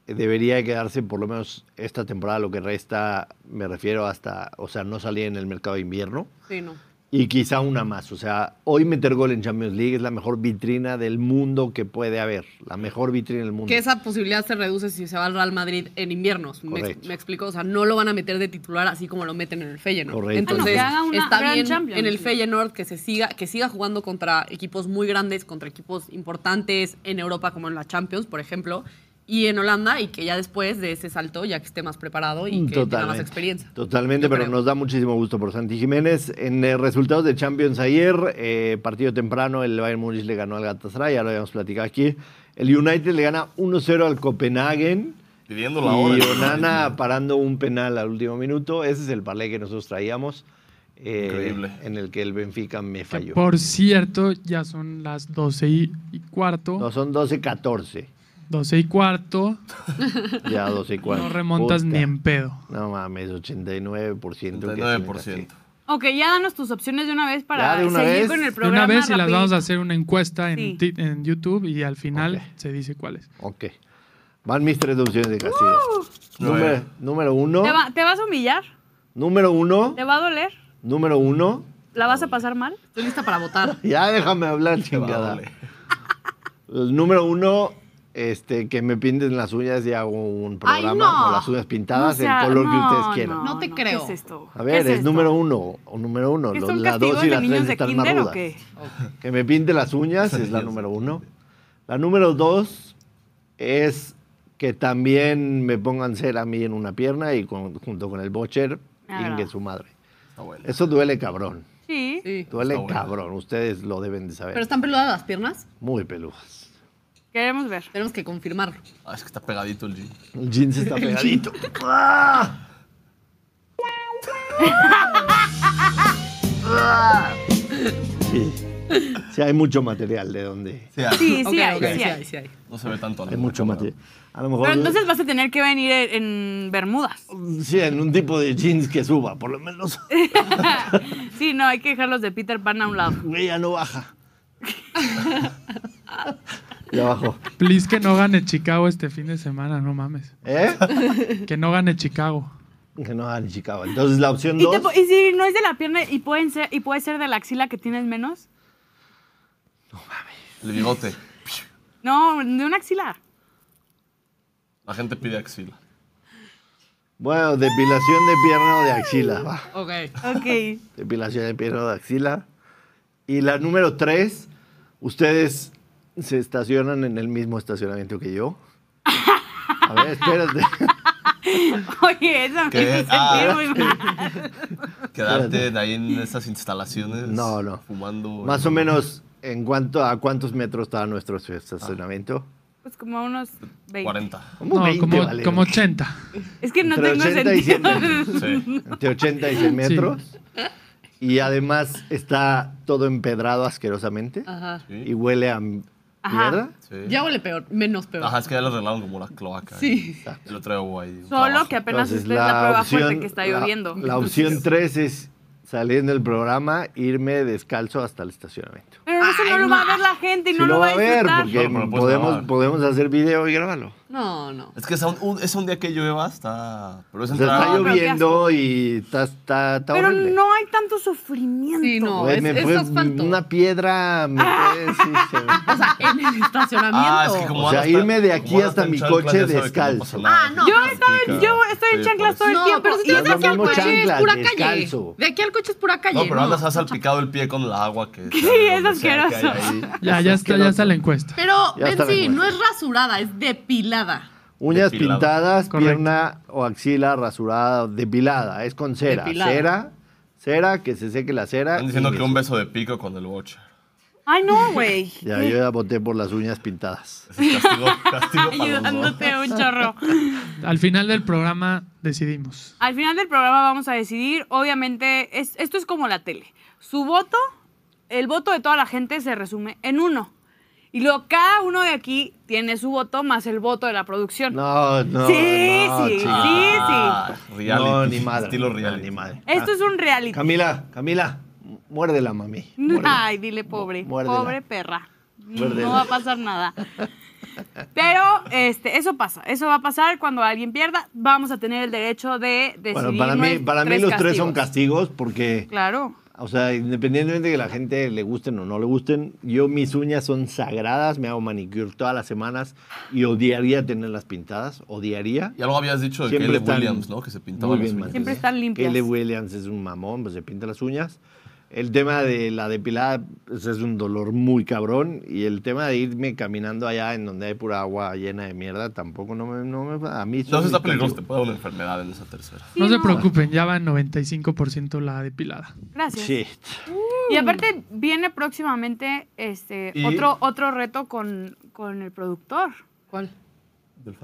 Speaker 1: debería quedarse por lo menos esta temporada, lo que resta, me refiero hasta, o sea, no salir en el mercado de invierno.
Speaker 5: Sí, no.
Speaker 1: Y quizá una más. O sea, hoy meter gol en Champions League es la mejor vitrina del mundo que puede haber. La mejor vitrina del mundo.
Speaker 5: Que esa posibilidad se reduce si se va al Real Madrid en inviernos. Me, ex-
Speaker 1: Correcto.
Speaker 5: me explico, o sea, no lo van a meter de titular así como lo meten en el Feyenoord.
Speaker 1: Correcto.
Speaker 5: Entonces,
Speaker 2: Ah, no, que haga una
Speaker 5: está
Speaker 2: gran
Speaker 5: bien
Speaker 2: Champions
Speaker 5: en el
Speaker 2: League.
Speaker 5: Feyenoord que se siga que siga jugando contra equipos muy grandes, contra equipos importantes en Europa como en la Champions, por ejemplo, y en Holanda y que ya después de ese salto ya que esté más preparado y que tenga más experiencia.
Speaker 1: Totalmente,
Speaker 5: Yo
Speaker 1: pero
Speaker 5: creo.
Speaker 1: nos da muchísimo gusto por Santi Jiménez. En eh, resultados de Champions ayer, eh, partido temprano, el Bayern Múnich le ganó al Galatasaray, ya lo habíamos platicado aquí. El United le gana 1-0 al Copenhagen.
Speaker 4: Pidiendo la hora.
Speaker 1: Y Onana parando un penal al último minuto. Ese es el parlé que nosotros traíamos. eh,
Speaker 4: Increíble.
Speaker 1: En el que el Benfica me
Speaker 3: Que,
Speaker 1: falló.
Speaker 3: por cierto, ya son las 12 y, y cuarto.
Speaker 1: No, son 12-14.
Speaker 3: 12 y cuarto.
Speaker 1: Ya 12 y cuarto.
Speaker 3: No remontas
Speaker 1: Puta.
Speaker 3: ni en pedo.
Speaker 1: No mames, 89%.
Speaker 4: 39%.
Speaker 2: Ok, ya danos tus opciones de una vez para
Speaker 1: Ya, de una
Speaker 2: seguir
Speaker 1: vez.
Speaker 2: con el
Speaker 3: De
Speaker 2: programa.
Speaker 3: una vez y las
Speaker 2: rapidito.
Speaker 3: vamos a hacer una encuesta en,
Speaker 2: Sí.
Speaker 3: ti- en YouTube y al final
Speaker 1: Ok.
Speaker 3: se dice cuál es.
Speaker 1: Ok. Van mis tres opciones de castigo. Número,
Speaker 4: Nueve.
Speaker 1: número uno.
Speaker 2: Uh. ¿Te, va- te vas a humillar?
Speaker 1: Número uno.
Speaker 2: ¿Te va a doler?
Speaker 1: Número uno.
Speaker 2: ¿La vas a pasar mal?
Speaker 5: Estoy lista para votar.
Speaker 1: Ya déjame hablar,
Speaker 4: Qué
Speaker 1: chingada.
Speaker 4: vale.
Speaker 1: El número uno, este, que me pinten las uñas y hago un
Speaker 5: Ay,
Speaker 1: programa
Speaker 5: no.
Speaker 1: con las uñas pintadas,
Speaker 2: No sea-
Speaker 1: el color
Speaker 2: no,
Speaker 1: que ustedes quieran.
Speaker 5: No te
Speaker 2: ¿qué
Speaker 5: creo.
Speaker 2: es esto?
Speaker 1: A ver,
Speaker 2: ¿Qué
Speaker 1: es,
Speaker 2: esto?
Speaker 1: número uno. O número uno.
Speaker 2: ¿Que
Speaker 1: Los-
Speaker 2: son
Speaker 1: la dos
Speaker 2: castigos
Speaker 1: y
Speaker 2: de
Speaker 1: la
Speaker 2: niños
Speaker 1: tres
Speaker 2: de
Speaker 1: están más
Speaker 2: kinder o
Speaker 1: rudas.
Speaker 2: qué?
Speaker 1: Que me pinte las uñas es la número uno. La número dos es que también me pongan cera a mí en una pierna y con- junto con el bocher,
Speaker 2: Ah,
Speaker 1: ingue
Speaker 2: verdad.
Speaker 1: su madre.
Speaker 4: Está bueno.
Speaker 1: Eso duele cabrón.
Speaker 2: Sí.
Speaker 5: Sí.
Speaker 1: Duele
Speaker 4: Está bueno.
Speaker 1: cabrón. Ustedes lo deben de saber.
Speaker 5: Pero están peludas las piernas.
Speaker 1: Muy peludas.
Speaker 2: Queremos ver.
Speaker 5: Tenemos que confirmarlo.
Speaker 4: Ah, es que está pegadito el G.
Speaker 1: El jeans está pegadito. ¡Ah! ¡Ah! Sí. Sí, hay mucho material de donde.
Speaker 4: Sí, ah,
Speaker 2: Sí, sí,
Speaker 5: Ok,
Speaker 2: hay,
Speaker 5: ok,
Speaker 2: sí, hay.
Speaker 5: sí hay.
Speaker 4: No se ve tanto. a la
Speaker 1: Hay mucho
Speaker 4: cámara.
Speaker 1: material. A lo mejor.
Speaker 2: Pero entonces vas a tener que venir en en Bermudas.
Speaker 1: Sí, en un tipo de jeans que suba, por lo menos.
Speaker 2: Sí, no, hay que dejarlos de Peter Pan a un lado.
Speaker 1: Güey, ya no baja. Ya abajo.
Speaker 3: Please que no gane Chicago este fin de semana, no mames.
Speaker 1: ¿Eh?
Speaker 3: Que no gane Chicago.
Speaker 1: Que no gane Chicago. Entonces la opción
Speaker 2: ¿Y, te
Speaker 1: 2.
Speaker 2: po- y si no es de la pierna y, pueden ser, y puede ser de la axila que tienes menos.
Speaker 4: El bigote.
Speaker 2: No, de una axila.
Speaker 4: La gente pide axila.
Speaker 1: Bueno, depilación de pierna o de axila. va.
Speaker 5: Ok.
Speaker 2: Ok.
Speaker 1: Depilación de pierna o de axila. Y la número 3, ustedes se estacionan en el mismo estacionamiento que yo. A ver, espérate.
Speaker 2: Oye, eso me
Speaker 4: ¿Qué?
Speaker 2: hizo sentir
Speaker 4: Ah.
Speaker 2: muy mal.
Speaker 4: Quedarte de ahí en esas instalaciones.
Speaker 1: No, no.
Speaker 4: Fumando.
Speaker 1: Más o menos, ¿en cuanto a cuántos metros estaba nuestro estacionamiento?
Speaker 2: Pues como unos 20.
Speaker 4: 40.
Speaker 1: Como
Speaker 3: No,
Speaker 1: 20,
Speaker 3: como,
Speaker 1: vale.
Speaker 3: como 80.
Speaker 2: Es que no
Speaker 1: Entre
Speaker 2: tengo
Speaker 1: 80 y 100
Speaker 2: sentido.
Speaker 1: metros.
Speaker 4: Sí.
Speaker 1: Entre 80 y 100 metros. Y además está todo empedrado asquerosamente.
Speaker 5: Ajá.
Speaker 1: Y huele a m-
Speaker 2: Ah. Ajá.
Speaker 1: mierda.
Speaker 4: Sí.
Speaker 5: Ya huele peor, menos peor.
Speaker 4: Ajá, es que ya lo arreglaron como una cloaca.
Speaker 5: Sí.
Speaker 4: ¿eh? Yo lo traigo ahí. un
Speaker 2: Solo
Speaker 4: trabajo.
Speaker 2: que apenas
Speaker 1: Entonces,
Speaker 2: usted es la prueba fuerte
Speaker 1: opción-
Speaker 2: que está
Speaker 1: la-
Speaker 2: lloviendo.
Speaker 1: La, opción 3 es salir del programa, irme descalzo hasta el estacionamiento.
Speaker 2: Pero eso no
Speaker 5: Ay,
Speaker 2: lo va a
Speaker 5: no.
Speaker 2: ver la gente y
Speaker 1: Sí
Speaker 2: no lo va a
Speaker 1: ver,
Speaker 2: disfrutar.
Speaker 1: porque
Speaker 4: No, pero puedes
Speaker 1: podemos,
Speaker 4: grabar.
Speaker 1: podemos hacer video y grabarlo.
Speaker 5: No, no.
Speaker 4: Es que es un, un- es un día que llueva, está. Pero es
Speaker 1: O sea,
Speaker 4: entrar.
Speaker 1: está
Speaker 2: Ah, No, pero qué
Speaker 1: lloviendo y está, está, está
Speaker 2: Pero
Speaker 1: horrible.
Speaker 2: no hay tanto sufrimiento.
Speaker 5: Sí, no.
Speaker 1: Güey,
Speaker 5: es-
Speaker 1: me
Speaker 5: es
Speaker 1: fue
Speaker 5: asfalto.
Speaker 1: una piedra, me fue- sí, se-
Speaker 5: O sea, Ah, en el estacionamiento.
Speaker 4: Ah, es que como
Speaker 1: O sea,
Speaker 4: Ana está-
Speaker 1: irme de aquí
Speaker 4: como Ana
Speaker 1: hasta
Speaker 4: está en
Speaker 1: mi
Speaker 4: chanclas,
Speaker 1: coche
Speaker 4: ya sabe que
Speaker 1: descalzo.
Speaker 4: pasa nada,
Speaker 5: Ah, no,
Speaker 4: que
Speaker 2: Yo
Speaker 5: pero-
Speaker 2: estaba-
Speaker 4: pica.
Speaker 2: yo estoy en
Speaker 4: Sí, pues.
Speaker 2: chanclas todo
Speaker 4: por
Speaker 2: el
Speaker 4: eso.
Speaker 5: No,
Speaker 2: tiempo.
Speaker 5: pero si te
Speaker 2: Y
Speaker 5: vas
Speaker 1: es pues, lo
Speaker 5: hacia el
Speaker 1: mismo
Speaker 5: coche, es
Speaker 1: chanclas,
Speaker 5: pura
Speaker 1: descalzo.
Speaker 5: calle. De aquí al coche es pura calle.
Speaker 4: No, pero
Speaker 5: no.
Speaker 4: andas ha salpicado el pie con el agua que.
Speaker 2: Sí, es asqueroso.
Speaker 3: Ya, ya está, ya está la encuesta.
Speaker 5: Pero
Speaker 1: Ya está
Speaker 5: en sí,
Speaker 1: bien,
Speaker 5: no
Speaker 1: güey.
Speaker 5: es rasurada, es depilada.
Speaker 1: Uñas
Speaker 4: Depilado.
Speaker 1: pintadas,
Speaker 3: Correcto.
Speaker 1: pierna o axila rasurada, depilada. Es con cera.
Speaker 5: Depilada.
Speaker 1: Cera, cera, que se seque la cera.
Speaker 4: Están diciendo
Speaker 1: y
Speaker 4: que un beso de pico con el watcher.
Speaker 2: Ay, no, güey.
Speaker 1: Ya, yo ya voté por las uñas pintadas.
Speaker 4: Ese es castigo, castigo para los dos.
Speaker 2: Ayudándote un chorro.
Speaker 3: Al final del programa decidimos.
Speaker 2: Al final del programa vamos a decidir, obviamente, es- esto es como la tele. Su voto, el voto de toda la gente se resume en uno. Y luego cada uno de aquí tiene su voto más el voto de la producción.
Speaker 1: No, no.
Speaker 2: Sí,
Speaker 1: no,
Speaker 2: sí,
Speaker 1: chica.
Speaker 4: Ah, reality,
Speaker 1: No, ni madre.
Speaker 4: Estilo
Speaker 1: no,
Speaker 4: reality.
Speaker 1: ni madre. Ah,
Speaker 2: Esto es un reality.
Speaker 1: Camila, Camila, muérdela, mami. muérdela.
Speaker 2: Ay, dile pobre,
Speaker 1: Muérdela.
Speaker 2: pobre perra.
Speaker 1: Muérdela.
Speaker 2: No va a pasar nada. Pero este, eso pasa, eso va a pasar cuando alguien pierda. Vamos a tener el derecho de decidir.
Speaker 1: Bueno, para mí,
Speaker 2: nuestros
Speaker 1: para mí los tres son
Speaker 2: castigos.
Speaker 1: castigos porque,
Speaker 2: Claro.
Speaker 1: o sea, independientemente de que la gente le gusten o no le gusten, yo mis uñas son sagradas, me hago manicure todas las semanas y odiaría tenerlas pintadas, odiaría.
Speaker 4: Y algo habías dicho de
Speaker 1: Siempre
Speaker 4: Caleb
Speaker 1: están
Speaker 4: Williams, ¿no? Que se pintaba
Speaker 1: muy
Speaker 4: las
Speaker 1: bien
Speaker 4: uñas.
Speaker 2: Siempre están limpias.
Speaker 1: Kelly Williams es un mamón, pues se pinta las uñas. El tema de la depilada pues, es un dolor muy cabrón. Y el tema de irme caminando allá en donde hay pura agua llena de mierda tampoco no me. No me- a mí
Speaker 4: No,
Speaker 1: son
Speaker 4: eso está
Speaker 1: mis
Speaker 4: peligroso, te
Speaker 1: castigos.
Speaker 4: puede dar una enfermedad en esa tercera.
Speaker 2: Sí,
Speaker 3: No se
Speaker 2: no.
Speaker 3: preocupen, ya va en 95% la depilada.
Speaker 2: Gracias.
Speaker 1: Shit.
Speaker 2: Y aparte viene próximamente este
Speaker 4: Y-
Speaker 2: otro otro reto con, con el productor.
Speaker 5: ¿Cuál?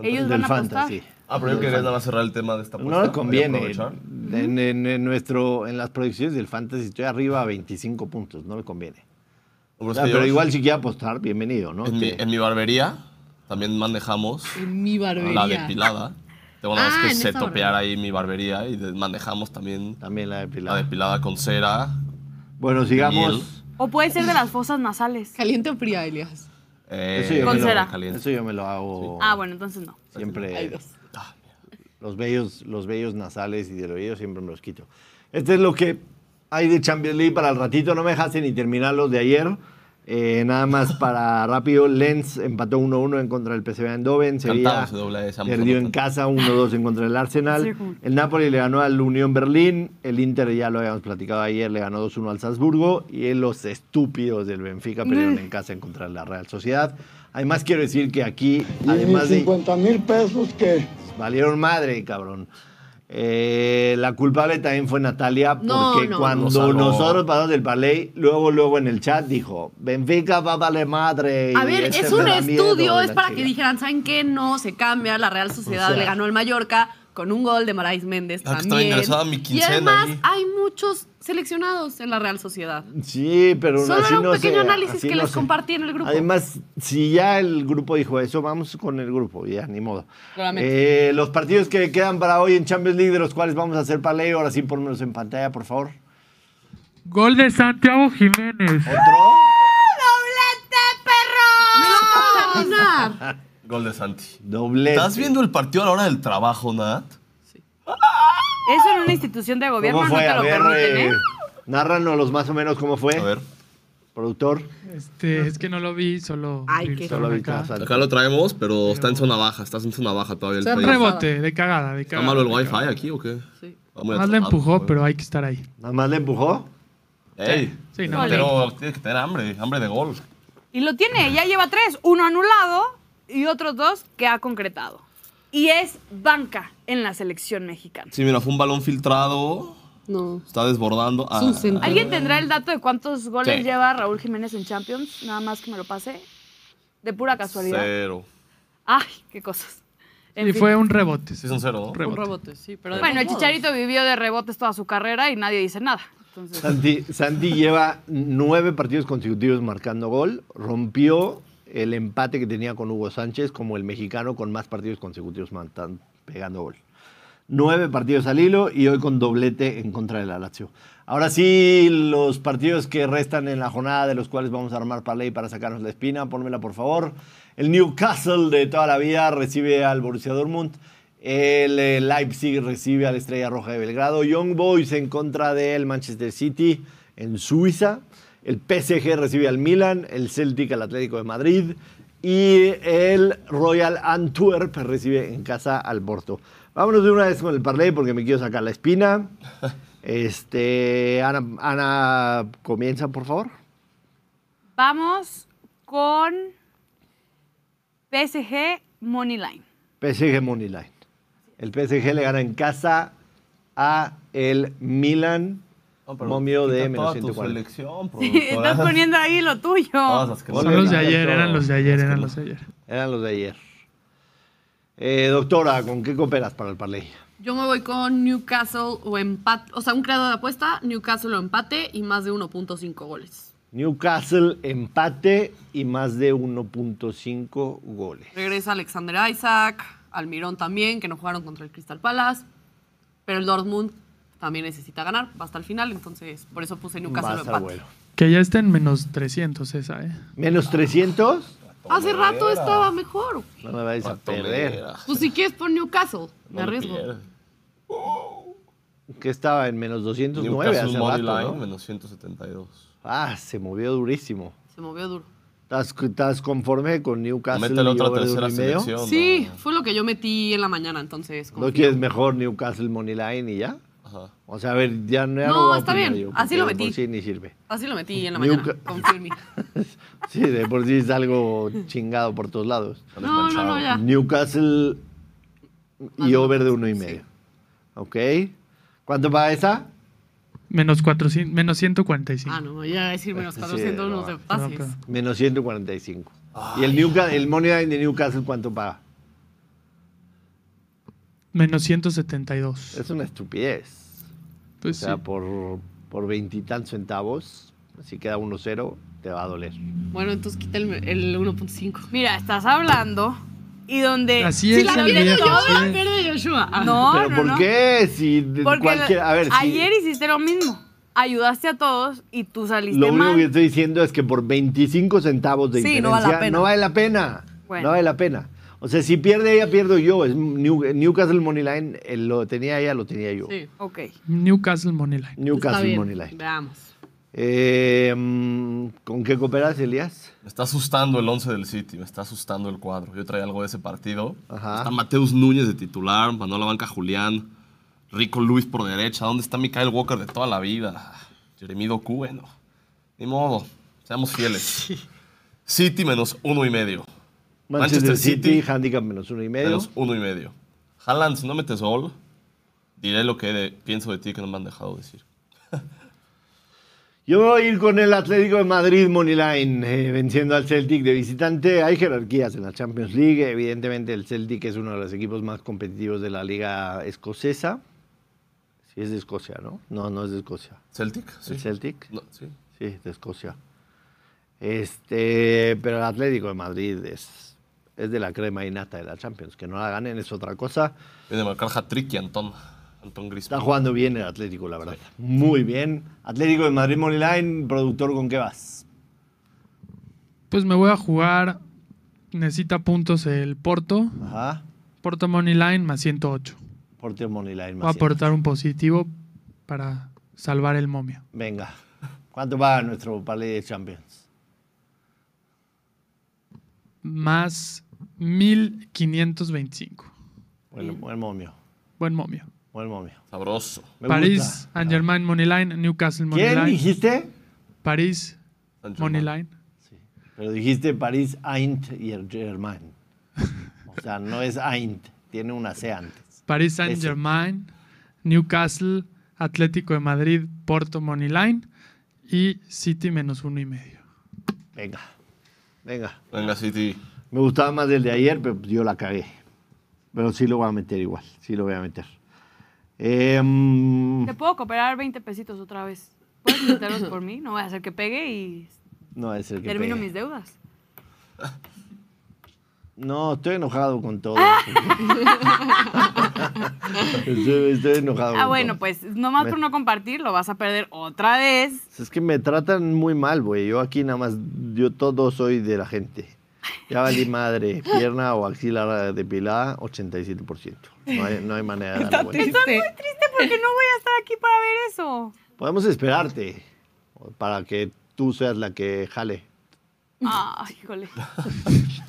Speaker 2: Ellos
Speaker 1: Del
Speaker 2: van a apostar.
Speaker 1: fantasy.
Speaker 4: Ah, pero yo quería nada más cerrar el tema de esta apuesta.
Speaker 1: No le
Speaker 4: Voy a
Speaker 1: conviene. Ah,
Speaker 4: aprovechar.
Speaker 1: En, en- en nuestro, en las proyecciones del fantasy estoy arriba a 25 puntos. No le conviene.
Speaker 4: Pero, Pues es
Speaker 1: Ah,
Speaker 4: que
Speaker 1: pero
Speaker 4: yo-
Speaker 1: igual si quiere apostar, bienvenido, ¿no?
Speaker 4: En mi,
Speaker 1: Este,
Speaker 4: en mi barbería también manejamos
Speaker 5: En mi barbería.
Speaker 4: la depilada. Tengo una
Speaker 5: Ah,
Speaker 4: vez que
Speaker 5: en
Speaker 4: se
Speaker 5: esa
Speaker 4: topeara ahí mi barbería y de- manejamos también
Speaker 1: También la
Speaker 4: la
Speaker 1: depilada.
Speaker 4: depilada con cera.
Speaker 1: Bueno, sigamos.
Speaker 4: Miel.
Speaker 2: O puede ser de las fosas nasales.
Speaker 5: ¿Caliente o fría, Elias?
Speaker 4: eh,
Speaker 1: Eso yo
Speaker 2: Con
Speaker 1: me lo-
Speaker 2: cera.
Speaker 4: caliente.
Speaker 1: Eso yo me lo hago
Speaker 2: Ah, bueno, entonces no.
Speaker 1: siempre.
Speaker 5: Hay dos.
Speaker 4: Ah, mira.
Speaker 1: Los vellos, los vellos nasales y del oído siempre me los quito. Este es lo que hay de Champions League para el ratito. No me dejaste ni terminar los de ayer. Eh, nada más para rápido. Lens empató 1-1 en contra del PSV Eindhoven. Sevilla
Speaker 4: Cantado ese doble, esa
Speaker 1: perdió en
Speaker 4: mujer.
Speaker 1: casa 1-2 en contra del
Speaker 2: Sí,
Speaker 1: Arsenal.
Speaker 2: como-
Speaker 1: El Napoli le ganó al Unión Berlín. El Inter, ya lo habíamos platicado ayer, le ganó 2-1 al Salzburgo. Y los estúpidos del Benfica
Speaker 5: Mm.
Speaker 1: perdieron en casa en contra de la Real Sociedad. Además, quiero decir que aquí, además de...
Speaker 6: 50 mil pesos que
Speaker 1: Valieron madre, cabrón. Eh, la culpable también fue Natalia, porque
Speaker 5: No, no.
Speaker 1: cuando
Speaker 4: Lo salvó.
Speaker 1: nosotros pasamos del ballet, luego, luego en el chat dijo, Benfica va a darle madre. y
Speaker 5: A ver,
Speaker 1: este
Speaker 5: es
Speaker 1: me
Speaker 5: un
Speaker 1: da miedo
Speaker 5: estudio,
Speaker 1: de
Speaker 5: es
Speaker 1: la
Speaker 5: para que
Speaker 1: chica".
Speaker 5: dijeran, ¿saben qué? No, se cambia, la Real Sociedad
Speaker 1: O sea.
Speaker 5: le ganó al Mallorca con un gol de Marais Méndez
Speaker 4: Ah, que estaba
Speaker 5: también.
Speaker 4: ingresada mi
Speaker 5: y
Speaker 4: quincena
Speaker 5: además
Speaker 4: ahí.
Speaker 5: hay muchos seleccionados en la Real Sociedad.
Speaker 1: Sí, pero
Speaker 5: Solo
Speaker 1: así
Speaker 5: era un
Speaker 1: no
Speaker 5: pequeño
Speaker 1: sé,
Speaker 5: análisis
Speaker 1: así
Speaker 5: que
Speaker 1: no
Speaker 5: les
Speaker 1: sé.
Speaker 5: compartí en el grupo.
Speaker 1: Además, si ya el grupo dijo eso, vamos con el grupo, ya, ni modo.
Speaker 5: Claramente.
Speaker 1: Eh, los partidos que quedan para hoy en Champions League, de los cuales vamos a hacer paleo, ahora sí, ponmelos en pantalla, por favor.
Speaker 3: Gol de Santiago Jiménez.
Speaker 1: Otro.
Speaker 2: ¡Doblete, perro!
Speaker 5: ganar.
Speaker 4: Gol de Santi.
Speaker 1: Doble.
Speaker 4: ¿Estás viendo el partido a la hora del trabajo, Nat?
Speaker 2: Eso en una institución de gobierno
Speaker 1: ¿Cómo
Speaker 2: no
Speaker 1: fue?
Speaker 2: te
Speaker 1: A
Speaker 2: lo
Speaker 1: ver,
Speaker 2: permiten,
Speaker 1: eh,
Speaker 2: ¿eh?
Speaker 1: nárranos más o menos cómo fue.
Speaker 4: A ver.
Speaker 1: Productor.
Speaker 3: Este, es que no lo vi, solo.
Speaker 5: Ay, qué-
Speaker 1: Solo
Speaker 3: acá.
Speaker 1: ahorita sal-
Speaker 4: Acá lo traemos, pero está en zona baja. Estás en zona baja todavía. El
Speaker 5: Está en
Speaker 4: país.
Speaker 5: rebote.
Speaker 3: Rebote, de cagada, de
Speaker 4: ¿Está
Speaker 3: cagada.
Speaker 4: malo el
Speaker 3: de
Speaker 4: wifi
Speaker 3: cagada.
Speaker 4: aquí o qué?
Speaker 5: Sí.
Speaker 4: Está muy
Speaker 3: Más la
Speaker 4: atrapado,
Speaker 3: empujó,
Speaker 4: güey.
Speaker 3: pero hay que estar ahí.
Speaker 1: Nada más le empujó.
Speaker 4: Ey,
Speaker 3: Sí, no.
Speaker 4: pero tienes que tener hambre, hambre de gol.
Speaker 2: Y lo tiene, ya lleva tres. Uno anulado y otros dos que ha concretado. Y es banca en la selección mexicana.
Speaker 4: Sí, mira, fue un balón filtrado,
Speaker 5: No.
Speaker 4: está desbordando. Ah,
Speaker 5: Su centro.
Speaker 2: ¿Alguien tendrá el dato de cuántos goles
Speaker 4: Sí.
Speaker 2: lleva Raúl Jiménez en Champions? Nada más que me lo pase. De pura casualidad.
Speaker 4: Cero.
Speaker 2: Ay, qué cosas. En
Speaker 3: Y
Speaker 2: fin.
Speaker 3: fue un rebote.
Speaker 4: Sí, es un cero, ¿no?
Speaker 5: Un
Speaker 3: Rebote.
Speaker 5: rebote, sí. Pero de
Speaker 2: Bueno, el
Speaker 5: todos modos.
Speaker 2: Chicharito vivió de rebotes toda su carrera y nadie dice nada. Entonces,
Speaker 1: Santi, Santi lleva nueve partidos consecutivos marcando gol. Rompió el empate que tenía con Hugo Sánchez como el mexicano con más partidos consecutivos marcan- pegando gol. Nueve partidos al hilo y hoy con doblete en contra del Lazio. Ahora sí, los partidos que restan en la jornada, de los cuales vamos a armar parlay para sacarnos la espina, pónmela por favor. El Newcastle de toda la vida recibe al Borussia Dortmund. El eh, Leipzig recibe a la Estrella Roja de Belgrado. Young Boys en contra del Manchester City en Suiza. El PSG recibe al Milan. El Celtic al Atlético de Madrid. Y el Royal Antwerp recibe en casa al Porto. Vámonos de una vez con el parlay porque me quiero sacar la espina. Este, Ana, Ana, comienza, por favor.
Speaker 2: vamos con PSG Moneyline.
Speaker 1: PSG Moneyline. El PSG le gana en casa a el Milan.
Speaker 4: No, pero
Speaker 1: momio de
Speaker 4: quita
Speaker 1: menos
Speaker 4: toda tu
Speaker 1: 140.
Speaker 4: selección, productora.
Speaker 2: Estás poniendo ahí lo tuyo.
Speaker 4: Todas las que
Speaker 1: Son
Speaker 3: Son
Speaker 4: no-
Speaker 3: los de ayer,
Speaker 1: Rebote.
Speaker 3: eran los de ayer, eran los de ayer.
Speaker 1: Eran los de ayer. Eh, doctora, ¿con qué cooperas para el parlay?
Speaker 5: Yo me voy con Newcastle o empate. O sea, un creador de apuesta, Newcastle o empate y más de 1.5 goles.
Speaker 1: Newcastle empate y más de 1.5 goles.
Speaker 5: Regresa Alexander Isaac, Almirón también, que no jugaron contra el Crystal Palace. Pero el Dortmund también necesita ganar, va hasta el final, entonces por eso
Speaker 1: Va
Speaker 5: puse
Speaker 1: a
Speaker 5: Newcastle o
Speaker 1: estar
Speaker 5: empate.
Speaker 1: bueno.
Speaker 3: Que ya está en menos 300 esa, ¿eh?
Speaker 1: Menos 300.
Speaker 5: Hace rato estaba mejor.
Speaker 1: No me vais a perder.
Speaker 4: Ratonera.
Speaker 5: Pues si quieres por Newcastle,
Speaker 4: No
Speaker 5: me
Speaker 4: le
Speaker 5: arriesgo.
Speaker 4: pierdes.
Speaker 1: Que estaba en menos 209
Speaker 4: Newcastle
Speaker 1: hace rato.
Speaker 4: Money
Speaker 1: ¿no?
Speaker 4: Line, menos 172.
Speaker 1: Ah, se movió durísimo.
Speaker 5: Se movió duro.
Speaker 1: ¿Estás, estás conforme con Newcastle?
Speaker 4: Métele
Speaker 1: y
Speaker 4: otra
Speaker 1: over de
Speaker 4: tercera
Speaker 1: uno y medio?
Speaker 4: selección.
Speaker 5: Sí,
Speaker 4: no.
Speaker 5: fue lo que yo metí en la mañana, entonces.
Speaker 1: ¿No
Speaker 5: confío.
Speaker 1: quieres mejor Newcastle Moneyline y ya?
Speaker 4: Ajá.
Speaker 1: O sea, a ver, ya no, ya
Speaker 5: No,
Speaker 1: voy a
Speaker 5: está
Speaker 1: opinar
Speaker 5: bien.
Speaker 1: yo,
Speaker 5: Así lo
Speaker 1: porque de por
Speaker 5: metí.
Speaker 1: Sí, ni sirve.
Speaker 5: Así lo metí en la
Speaker 1: Newca-
Speaker 5: mañana. Confío en mí.
Speaker 1: Sí, de por sí es algo chingado por todos lados.
Speaker 5: No, no, no, ya.
Speaker 1: Newcastle y over de uno y medio. Ok. ¿Cuánto va esa?
Speaker 3: Menos, 400, menos 145.
Speaker 5: Ah, no, ya decir menos
Speaker 1: Sí,
Speaker 5: 400
Speaker 1: no,
Speaker 5: no te
Speaker 1: no,
Speaker 5: pases.
Speaker 3: perdón.
Speaker 1: Menos 145. ¿Y el, Newcastle, el money line de Newcastle cuánto paga?
Speaker 3: Menos 172.
Speaker 1: Es una estupidez. O
Speaker 3: Pues sí.
Speaker 1: sea, por por veintitantos centavos, si queda 1-0, te va a doler.
Speaker 5: Bueno, entonces quita el, el 1.5.
Speaker 2: Mira, estás hablando y donde.
Speaker 3: Así
Speaker 2: Si
Speaker 3: es,
Speaker 2: la
Speaker 3: el
Speaker 2: pierde
Speaker 3: viejo,
Speaker 2: yo-
Speaker 3: así es.
Speaker 5: Pierde Joshua. Ah,
Speaker 2: No,
Speaker 1: ¿Pero
Speaker 2: no,
Speaker 1: por
Speaker 2: no.
Speaker 1: qué? Si de
Speaker 2: Porque
Speaker 1: cualquier- a ver, si-
Speaker 2: ayer hiciste lo mismo. Ayudaste a todos y tú saliste
Speaker 1: Lo único
Speaker 2: mal.
Speaker 1: que estoy diciendo es que por 25 centavos de
Speaker 5: Sí,
Speaker 1: diferencia
Speaker 5: no vale la pena.
Speaker 1: no vale la pena.
Speaker 2: Bueno.
Speaker 1: No vale la pena. O sea, si pierde ella, pierdo yo. Es New- Newcastle Moneyline, eh, lo tenía ella, lo tenía yo.
Speaker 5: Sí.
Speaker 2: Ok.
Speaker 3: Newcastle Moneyline.
Speaker 5: Está
Speaker 1: Newcastle
Speaker 5: bien.
Speaker 1: Moneyline.
Speaker 5: Veamos.
Speaker 1: Eh, mm, ¿Con qué cooperas, Elías?
Speaker 4: Me está asustando el 11 del City, me está asustando el cuadro. Yo traía algo de ese partido.
Speaker 1: Ajá.
Speaker 4: Está Mateus Núñez de titular, mandó a la banca Julián, Rico Luis por derecha. ¿Dónde está Michael Walker de toda la vida? Jeremy Doku, bueno. Ni modo, seamos fieles. City menos uno y medio.
Speaker 1: Manchester,
Speaker 4: Manchester
Speaker 1: City,
Speaker 4: City.
Speaker 1: handicap menos uno y medio.
Speaker 4: Menos uno y medio. Haaland, si no metes gol, diré lo que de- pienso de ti que no me han dejado decir.
Speaker 1: Yo voy a ir con el Atlético de Madrid Moneyline, eh, venciendo al Celtic de visitante. Hay jerarquías en la Champions League. Evidentemente, el Celtic es uno de los equipos más competitivos de la liga escocesa. Sí, es de Escocia, ¿no? No, no es de Escocia.
Speaker 4: ¿Celtic? Sí.
Speaker 1: ¿El Celtic?
Speaker 4: No, sí.
Speaker 1: Sí, es de Escocia. Este, pero el Atlético de Madrid es, es de la crema innata de la Champions. Que no la ganen es otra cosa.
Speaker 4: Viene a marcar hat-trick y Antón. Antón
Speaker 1: Está
Speaker 4: Griezmann.
Speaker 1: jugando bien el Atlético, la verdad. Muy bien. Atlético de Madrid Moneyline, productor, ¿con qué vas?
Speaker 3: Pues me voy a jugar necesita puntos el Porto.
Speaker 1: Ajá.
Speaker 3: Porto Money Line más 108.
Speaker 1: Porteo Money Line.
Speaker 3: Va a
Speaker 1: más cien.
Speaker 3: aportar un positivo para salvar el momia.
Speaker 1: Venga. ¿Cuánto va nuestro parlay de Champions?
Speaker 3: Más 1525.
Speaker 1: Buen, buen Pues momio.
Speaker 3: Buen momio.
Speaker 1: Buen momio.
Speaker 4: Sabroso.
Speaker 1: Me
Speaker 3: París,
Speaker 1: gusta. Ah.
Speaker 3: Saint Germain Money Line, Newcastle Money
Speaker 1: ¿Quién
Speaker 3: Line.
Speaker 1: dijiste?
Speaker 3: París
Speaker 4: Sancho
Speaker 3: Money
Speaker 4: Hermano.
Speaker 3: Line.
Speaker 1: Pero dijiste París, Aint y el Germain. O sea, no es Aint, tiene una C antes.
Speaker 3: París Saint Germain, Newcastle, Atlético de Madrid, Porto Money Line y City menos uno y medio.
Speaker 1: Venga, venga.
Speaker 4: Venga, City.
Speaker 5: Ah.
Speaker 1: Me gustaba más el de ayer, pero yo la cagué. Pero sí lo voy a meter igual, sí lo voy a meter. Em,
Speaker 2: Te puedo cooperar 20 pesitos otra vez. Puedes meterlos por mí, no voy a hacer que pegue y
Speaker 1: no es el que
Speaker 2: termino
Speaker 1: pegue.
Speaker 2: mis deudas.
Speaker 1: No, estoy enojado con todo.
Speaker 2: Ah.
Speaker 1: estoy, estoy enojado.
Speaker 2: Ah,
Speaker 1: con
Speaker 2: bueno,
Speaker 1: todo.
Speaker 2: pues nomás
Speaker 1: Me-
Speaker 2: por no compartir lo vas a perder otra vez.
Speaker 1: Es que me tratan muy mal, güey. Yo aquí nada más, yo todo soy de la gente. Ya valí madre, pierna o axila depilada, 87%. No hay, no hay manera de darle vuelta.
Speaker 2: Triste porque no voy a estar aquí para ver eso.
Speaker 1: Podemos esperarte o para que tú seas la que jale.
Speaker 2: Ay, Ah, híjole.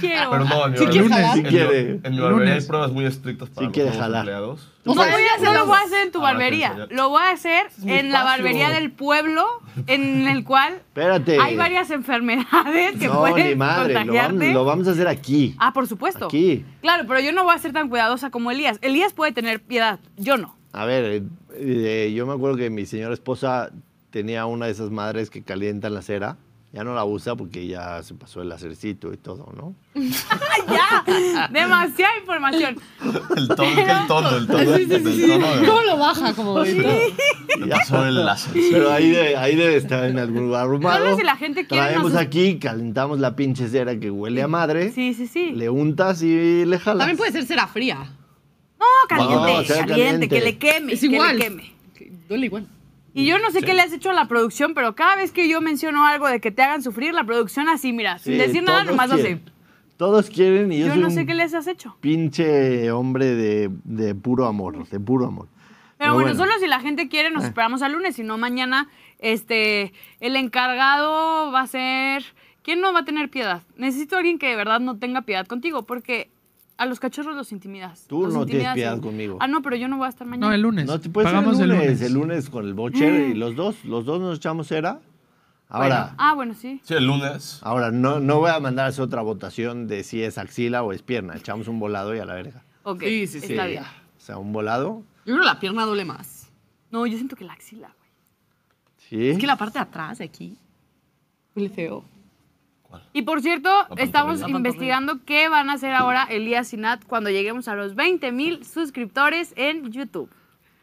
Speaker 2: Quiero.
Speaker 4: Perdón,
Speaker 3: Si quieres jalar.
Speaker 1: Si quiere.
Speaker 4: En mi barbería hay
Speaker 3: Lunes.
Speaker 4: pruebas muy estrictas para los
Speaker 1: quiere
Speaker 4: nuevos
Speaker 1: jalar.
Speaker 4: empleados.
Speaker 2: No voy a hacer, lo voy a hacer en tu
Speaker 4: Ahora
Speaker 2: barbería.
Speaker 4: tienes que-
Speaker 2: Lo voy a hacer
Speaker 4: mi
Speaker 2: en la
Speaker 4: espacio.
Speaker 2: barbería del pueblo, en el cual
Speaker 1: Espérate.
Speaker 2: hay varias enfermedades que
Speaker 1: No,
Speaker 2: pueden
Speaker 1: ni madre, lo vamos,
Speaker 2: contagiarte.
Speaker 1: lo vamos a hacer aquí.
Speaker 2: Ah, por supuesto.
Speaker 1: Aquí.
Speaker 2: Claro, pero yo no voy a ser tan cuidadosa como Elías. Elías puede tener piedad, yo no.
Speaker 1: A ver, eh, eh, yo me acuerdo que mi señora esposa tenía una de esas madres que calientan la cera. Ya no la usa porque ya se pasó el lacercito y todo, ¿no?
Speaker 2: ¡Ya! Demasiada información.
Speaker 4: El tono, el tono, el tono.
Speaker 5: Sí, sí, sí, sí.
Speaker 4: El tono de-
Speaker 5: ¿Cómo lo baja? Como de-
Speaker 4: Le pasó el láser.
Speaker 1: Pero ahí, de- ahí debe estar en algún lugar arrumado.
Speaker 2: Solo si la gente quiere
Speaker 1: Traemos
Speaker 2: nos-
Speaker 1: aquí, calentamos la pinche cera que huele a madre.
Speaker 2: Sí, sí, sí.
Speaker 1: Le untas y le jalas.
Speaker 5: También puede ser cera fría.
Speaker 2: No, caliente,
Speaker 1: No,
Speaker 2: caliente,
Speaker 1: sea caliente.
Speaker 2: que le queme.
Speaker 5: Es igual.
Speaker 2: Que le queme.
Speaker 5: Que Duele igual.
Speaker 2: Y yo no sé qué le has hecho a la producción, pero cada vez que yo menciono algo de que te hagan sufrir, la producción así, mira, sin
Speaker 1: Sí,
Speaker 2: decir nada,
Speaker 1: todos
Speaker 2: nomás hace.
Speaker 1: quieren. Todos quieren y yo,
Speaker 2: Yo
Speaker 1: soy
Speaker 2: no
Speaker 1: un
Speaker 2: sé qué les has hecho.
Speaker 1: pinche hombre de, de puro amor, de puro amor.
Speaker 2: Pero bueno, solo si la gente quiere,
Speaker 1: Ah.
Speaker 2: nos esperamos al lunes. Si no, mañana este, el encargado va a ser. ¿Quién no va a tener piedad? Necesito a alguien que de verdad no tenga piedad contigo, porque a los cachorros los intimidas.
Speaker 1: Tú
Speaker 2: Los
Speaker 1: no tienes
Speaker 2: intimidas
Speaker 1: piedad
Speaker 2: y-
Speaker 1: conmigo.
Speaker 2: Ah, no, pero yo no voy a estar mañana.
Speaker 3: No, el lunes.
Speaker 1: No te puedes
Speaker 3: Pagamos
Speaker 1: el lunes,
Speaker 3: el
Speaker 1: el lunes con el bocher y los dos, los dos nos echamos cera. Ahora,
Speaker 2: Ah, Mm. bueno, sí.
Speaker 4: Sí, el lunes.
Speaker 1: ahora no, no voy a mandar a hacer otra votación de si es axila o es pierna. Echamos un volado y a la verga.
Speaker 2: Ok.
Speaker 5: Sí, sí, sí.
Speaker 2: Está bien.
Speaker 1: O sea, un volado.
Speaker 5: Yo creo que la pierna duele más.
Speaker 2: No, yo siento que la axila, güey.
Speaker 1: Sí.
Speaker 5: Es que la parte de atrás, de aquí, duele feo.
Speaker 2: Y por cierto, estamos investigando qué van a hacer ahora Elías y Nat cuando lleguemos a los 20 mil suscriptores en YouTube.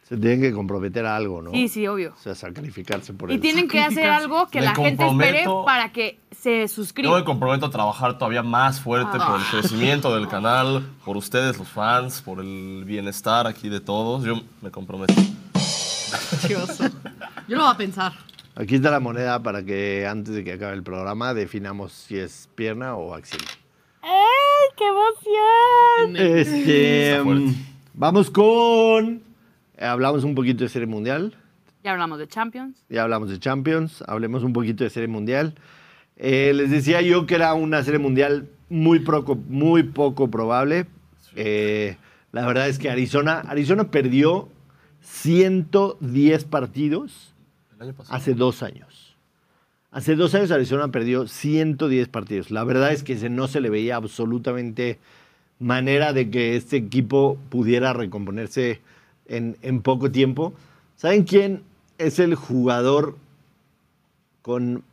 Speaker 1: Se tienen que comprometer a algo, ¿no?
Speaker 2: Sí, sí, obvio.
Speaker 1: O sea, sacrificarse por
Speaker 2: Y
Speaker 1: eso.
Speaker 2: tienen que hacer algo que
Speaker 4: Me
Speaker 2: la gente espere
Speaker 4: comprometo.
Speaker 2: para que se suscriba.
Speaker 4: Yo me comprometo a trabajar todavía más fuerte por el crecimiento del canal, por ustedes, los fans, por el bienestar aquí de todos. Yo me comprometo.
Speaker 5: Chioso. Yo lo voy a pensar.
Speaker 1: Aquí está la moneda para que antes de que acabe el programa definamos si es pierna o axila.
Speaker 2: ¡Ey, qué emoción!
Speaker 1: Este,
Speaker 4: Está fuerte.
Speaker 1: mm, vamos con. eh, Hablamos un poquito de Serie Mundial.
Speaker 2: Ya hablamos de Champions.
Speaker 1: Ya hablamos de Champions. Hablemos un poquito de Serie Mundial. Eh, les decía yo que era una Serie Mundial muy, proco- muy poco probable. Eh, la verdad es que Arizona, Arizona perdió 110 partidos
Speaker 4: El año pasado.
Speaker 1: hace dos años. Hace dos años Arizona perdió 110 partidos. La verdad es que se- no se le veía absolutamente manera de que este equipo pudiera recomponerse en, en poco tiempo. ¿Saben quién es el jugador con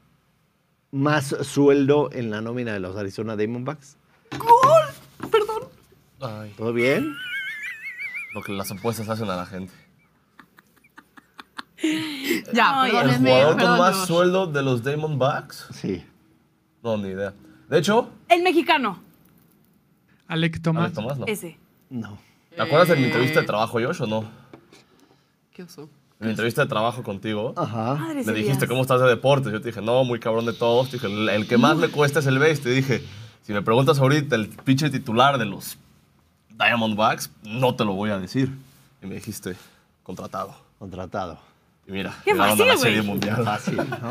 Speaker 1: más sueldo en la nómina de los Arizona Diamondbacks?
Speaker 4: Ay,
Speaker 1: ¿Todo bien?
Speaker 4: lo que las apuestas hacen a la gente.
Speaker 5: Ya,
Speaker 2: Ay,
Speaker 4: El
Speaker 5: perdónenme.
Speaker 4: jugador con más
Speaker 5: perdónenme.
Speaker 4: sueldo de los Diamondbacks.
Speaker 1: Sí.
Speaker 4: No, ni idea. De hecho,
Speaker 2: El mexicano,
Speaker 3: Alec
Speaker 4: a ver,
Speaker 3: Tomás.
Speaker 4: Tomás, no.
Speaker 2: ese.
Speaker 1: No.
Speaker 4: ¿Te acuerdas de mi entrevista de trabajo, Josh, o no?
Speaker 5: Qué oso.
Speaker 4: En mi entrevista de trabajo contigo.
Speaker 1: Ah. Ajá.
Speaker 2: Madre
Speaker 4: Me dijiste, ¿cómo estás de deportes? Yo te dije, no, muy cabrón de todos. Te dije, el, el que más me cuesta es el base. Te dije, Si me preguntas ahorita el pitcher titular de los Diamondbacks, no te lo voy a decir. Y me dijiste, contratado.
Speaker 1: Contratado.
Speaker 4: Y mira,
Speaker 2: Qué
Speaker 4: llegaron a la
Speaker 2: fácil,
Speaker 4: serie
Speaker 2: güey.
Speaker 4: mundial.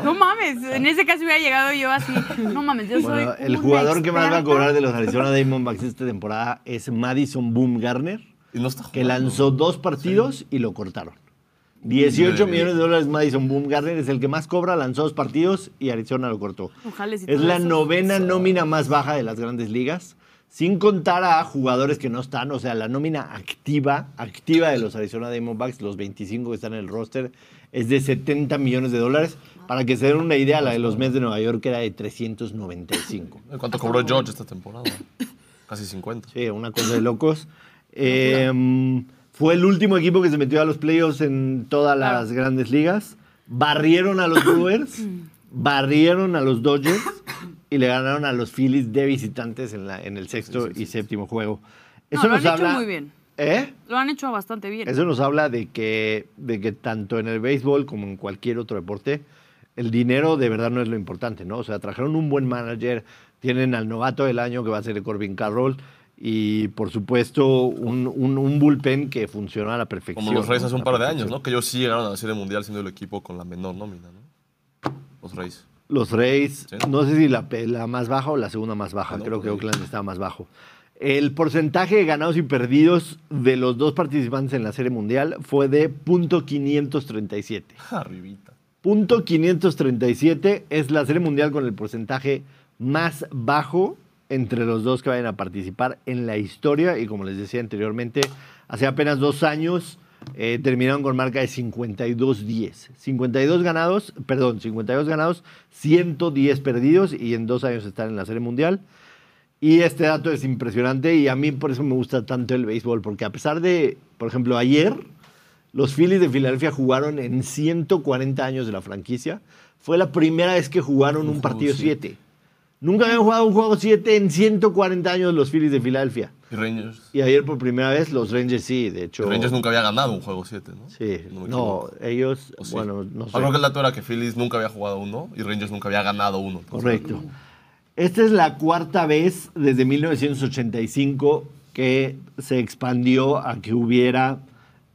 Speaker 2: No mames, en ese caso hubiera llegado yo así. No mames, yo soy.
Speaker 1: Bueno, el
Speaker 2: una
Speaker 1: jugador que más va a
Speaker 2: experta.
Speaker 1: cobrar de los Arizona Diamondbacks esta temporada es Madison Boomgarner,
Speaker 4: Y no está
Speaker 1: que
Speaker 4: jugando.
Speaker 1: lanzó dos partidos y lo cortaron. 18
Speaker 4: Madre.
Speaker 1: millones de dólares Madison Boomgarner es el que más cobra, lanzó dos partidos y Arizona lo cortó.
Speaker 2: Ojalá y
Speaker 1: Es
Speaker 2: todo
Speaker 1: la
Speaker 2: eso-
Speaker 1: novena nómina más baja de las grandes ligas, sin contar a jugadores que no están, o sea, la nómina activa, activa de los Arizona Diamondbacks, los 25 que están en el roster, es de 70 millones de dólares. Para que se den una idea, la de los Mets de Nueva York era de 395.
Speaker 4: ¿Cuánto cobró George esta temporada? Casi 50.
Speaker 1: Sí, una cosa de locos. Eh, fue el último equipo que se metió a los playoffs en todas las grandes ligas. Barrieron a los Brewers, barrieron a los Dodgers y le ganaron a los Phillies de visitantes en, la- en el sexto y séptimo juego.
Speaker 2: No,
Speaker 1: Eso
Speaker 2: lo
Speaker 1: nos
Speaker 2: han hecho
Speaker 1: habla,
Speaker 2: muy bien.
Speaker 1: ¿Eh?
Speaker 2: Lo han hecho bastante bien.
Speaker 1: Eso nos habla de que, de que tanto en el béisbol como en cualquier otro deporte, el dinero de verdad no es lo importante, ¿no? O sea, trajeron un buen manager, tienen al novato del año que va a ser Corbin Carroll y, por supuesto, un, un- un bullpen que funciona a la perfección.
Speaker 4: Como los Reyes
Speaker 1: ¿no?
Speaker 4: hace un
Speaker 1: A
Speaker 4: par de años,
Speaker 1: perfección.
Speaker 4: ¿no? Que ellos sí llegaron a la serie mundial siendo el equipo con la menor nómina, ¿no? Los Reyes.
Speaker 1: Los Reyes,
Speaker 4: Sí. Ah,
Speaker 1: no sé si la, pe- la más baja o la segunda más baja,
Speaker 4: No, pues,
Speaker 1: creo que
Speaker 4: sí.
Speaker 1: Oakland estaba más bajo. El porcentaje de ganados y perdidos de los dos participantes en la Serie Mundial fue de .537.
Speaker 4: Arribita.
Speaker 1: Punto 537 es la serie mundial con el porcentaje más bajo entre los dos que vayan a participar en la historia. Y como les decía anteriormente, hace apenas dos años eh, terminaron con marca de 52-10. 52 ganados, perdón, 52 ganados, 110 perdidos y en dos años están en la serie mundial. Y este dato es impresionante y a mí por eso me gusta tanto el béisbol, porque a pesar de, por ejemplo, ayer los Phillies de Filadelfia jugaron en 140 años de la franquicia. Fue la primera vez que jugaron un,
Speaker 4: juego
Speaker 1: partido
Speaker 4: siete.
Speaker 1: 7. Nunca habían jugado un juego 7 en 140 años los Phillies de Filadelfia.
Speaker 4: Y Rangers.
Speaker 1: Y ayer por primera vez los Rangers sí, de hecho.
Speaker 4: Rangers nunca había ganado un juego 7, ¿no?
Speaker 1: Sí,
Speaker 4: me
Speaker 1: no,
Speaker 4: equivoco.
Speaker 1: ellos,
Speaker 4: ¿O sí?
Speaker 1: bueno, no sé.
Speaker 4: Ah, Creo que el dato era que Phillies nunca había jugado uno y Rangers nunca había ganado uno. Entonces,
Speaker 1: Correcto. Esta es la cuarta vez desde 1985 que se expandió a que hubiera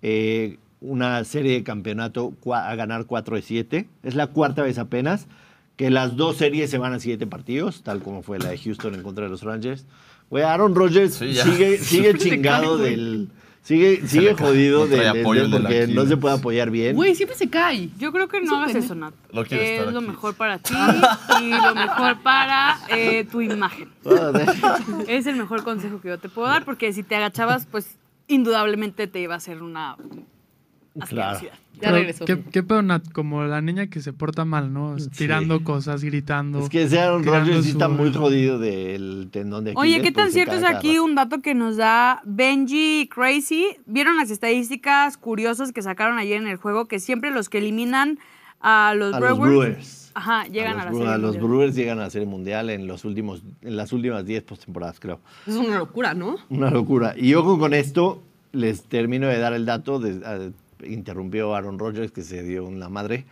Speaker 1: eh, una serie de campeonato cua- a ganar 4 de 7. Es la cuarta vez apenas que las dos series se van a 7 partidos, tal como fue la de Houston en contra de los Rangers. Güey, Aaron Rodgers
Speaker 4: Sí, ya.
Speaker 1: sigue, sigue chingado
Speaker 5: güey.
Speaker 1: del... Sigue,
Speaker 4: le
Speaker 1: sigue
Speaker 4: cae.
Speaker 1: jodido
Speaker 4: No trae
Speaker 1: del- del-
Speaker 4: apoyo en el
Speaker 1: porque no se
Speaker 4: Aquiles.
Speaker 1: puede apoyar bien.
Speaker 5: Güey, siempre se cae.
Speaker 2: Yo creo que no hagas eso, Nat.
Speaker 4: No quiero
Speaker 2: es
Speaker 4: estar
Speaker 2: lo
Speaker 4: aquí.
Speaker 2: mejor para ti y lo mejor para eh, tu imagen. Es el mejor consejo que yo te puedo dar porque si te agachabas, pues indudablemente te iba a hacer una asquerosidad.
Speaker 5: Ya
Speaker 3: Pero,
Speaker 5: regresó.
Speaker 3: ¿Qué, qué pedo, Nat? Como la niña que se porta mal, ¿no? Tirando cosas, gritando.
Speaker 1: Es que ese Aaron
Speaker 3: tirando
Speaker 1: Rodgers sí está
Speaker 3: su-
Speaker 1: muy jodido del tendón de Aquiles.
Speaker 2: Oye, ¿qué tan
Speaker 1: porque se
Speaker 2: cierto
Speaker 1: cae
Speaker 2: es
Speaker 1: cada
Speaker 2: aquí
Speaker 1: rato.
Speaker 2: un dato que nos da Benji Crazy? ¿Vieron las estadísticas curiosas que sacaron ayer en el juego? Que siempre los que eliminan a los
Speaker 1: A los
Speaker 2: Brewers...
Speaker 1: Brewers.
Speaker 2: Ajá, llegan
Speaker 1: los
Speaker 2: a, la
Speaker 1: Bru-
Speaker 2: serie.
Speaker 1: los
Speaker 2: mundial.
Speaker 1: Brewers llegan a la Serie Mundial en, los últimos, en las últimas 10 postemporadas, creo.
Speaker 5: Es una locura, ¿no?
Speaker 1: Una locura. Y ojo con esto, les termino de dar el dato. de- ah, interrumpió Aaron Rodgers, que se dio en la madre.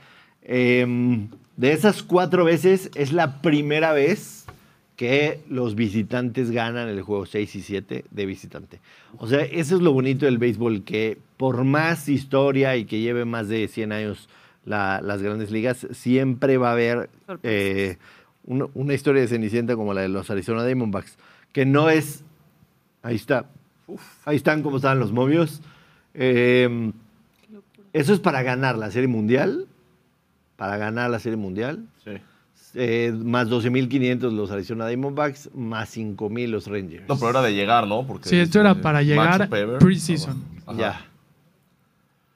Speaker 1: Em, de esas cuatro veces, es la primera vez que los visitantes ganan el juego 6 y 7 de visitante. O sea, eso es lo bonito del béisbol, que por más historia y que lleve más de 100 años la- las grandes ligas, siempre va a haber
Speaker 2: Sorpresas.
Speaker 1: eh, un- una historia de Cenicienta como la de los Arizona Diamondbacks, que no es Ahí está. Ahí están como estaban los momios. Eh, eso es para ganar la Serie Mundial. Para ganar la Serie Mundial.
Speaker 4: Sí.
Speaker 1: Eh, más 12.500 los Arizona Diamondbacks, más 5.000 los Rangers.
Speaker 4: No, pero era de llegar, ¿no? Porque
Speaker 3: Sí, esto era
Speaker 4: eh,
Speaker 3: para
Speaker 4: Max
Speaker 3: llegar
Speaker 4: Weber-
Speaker 3: preseason.
Speaker 4: Ajá.
Speaker 1: Ya.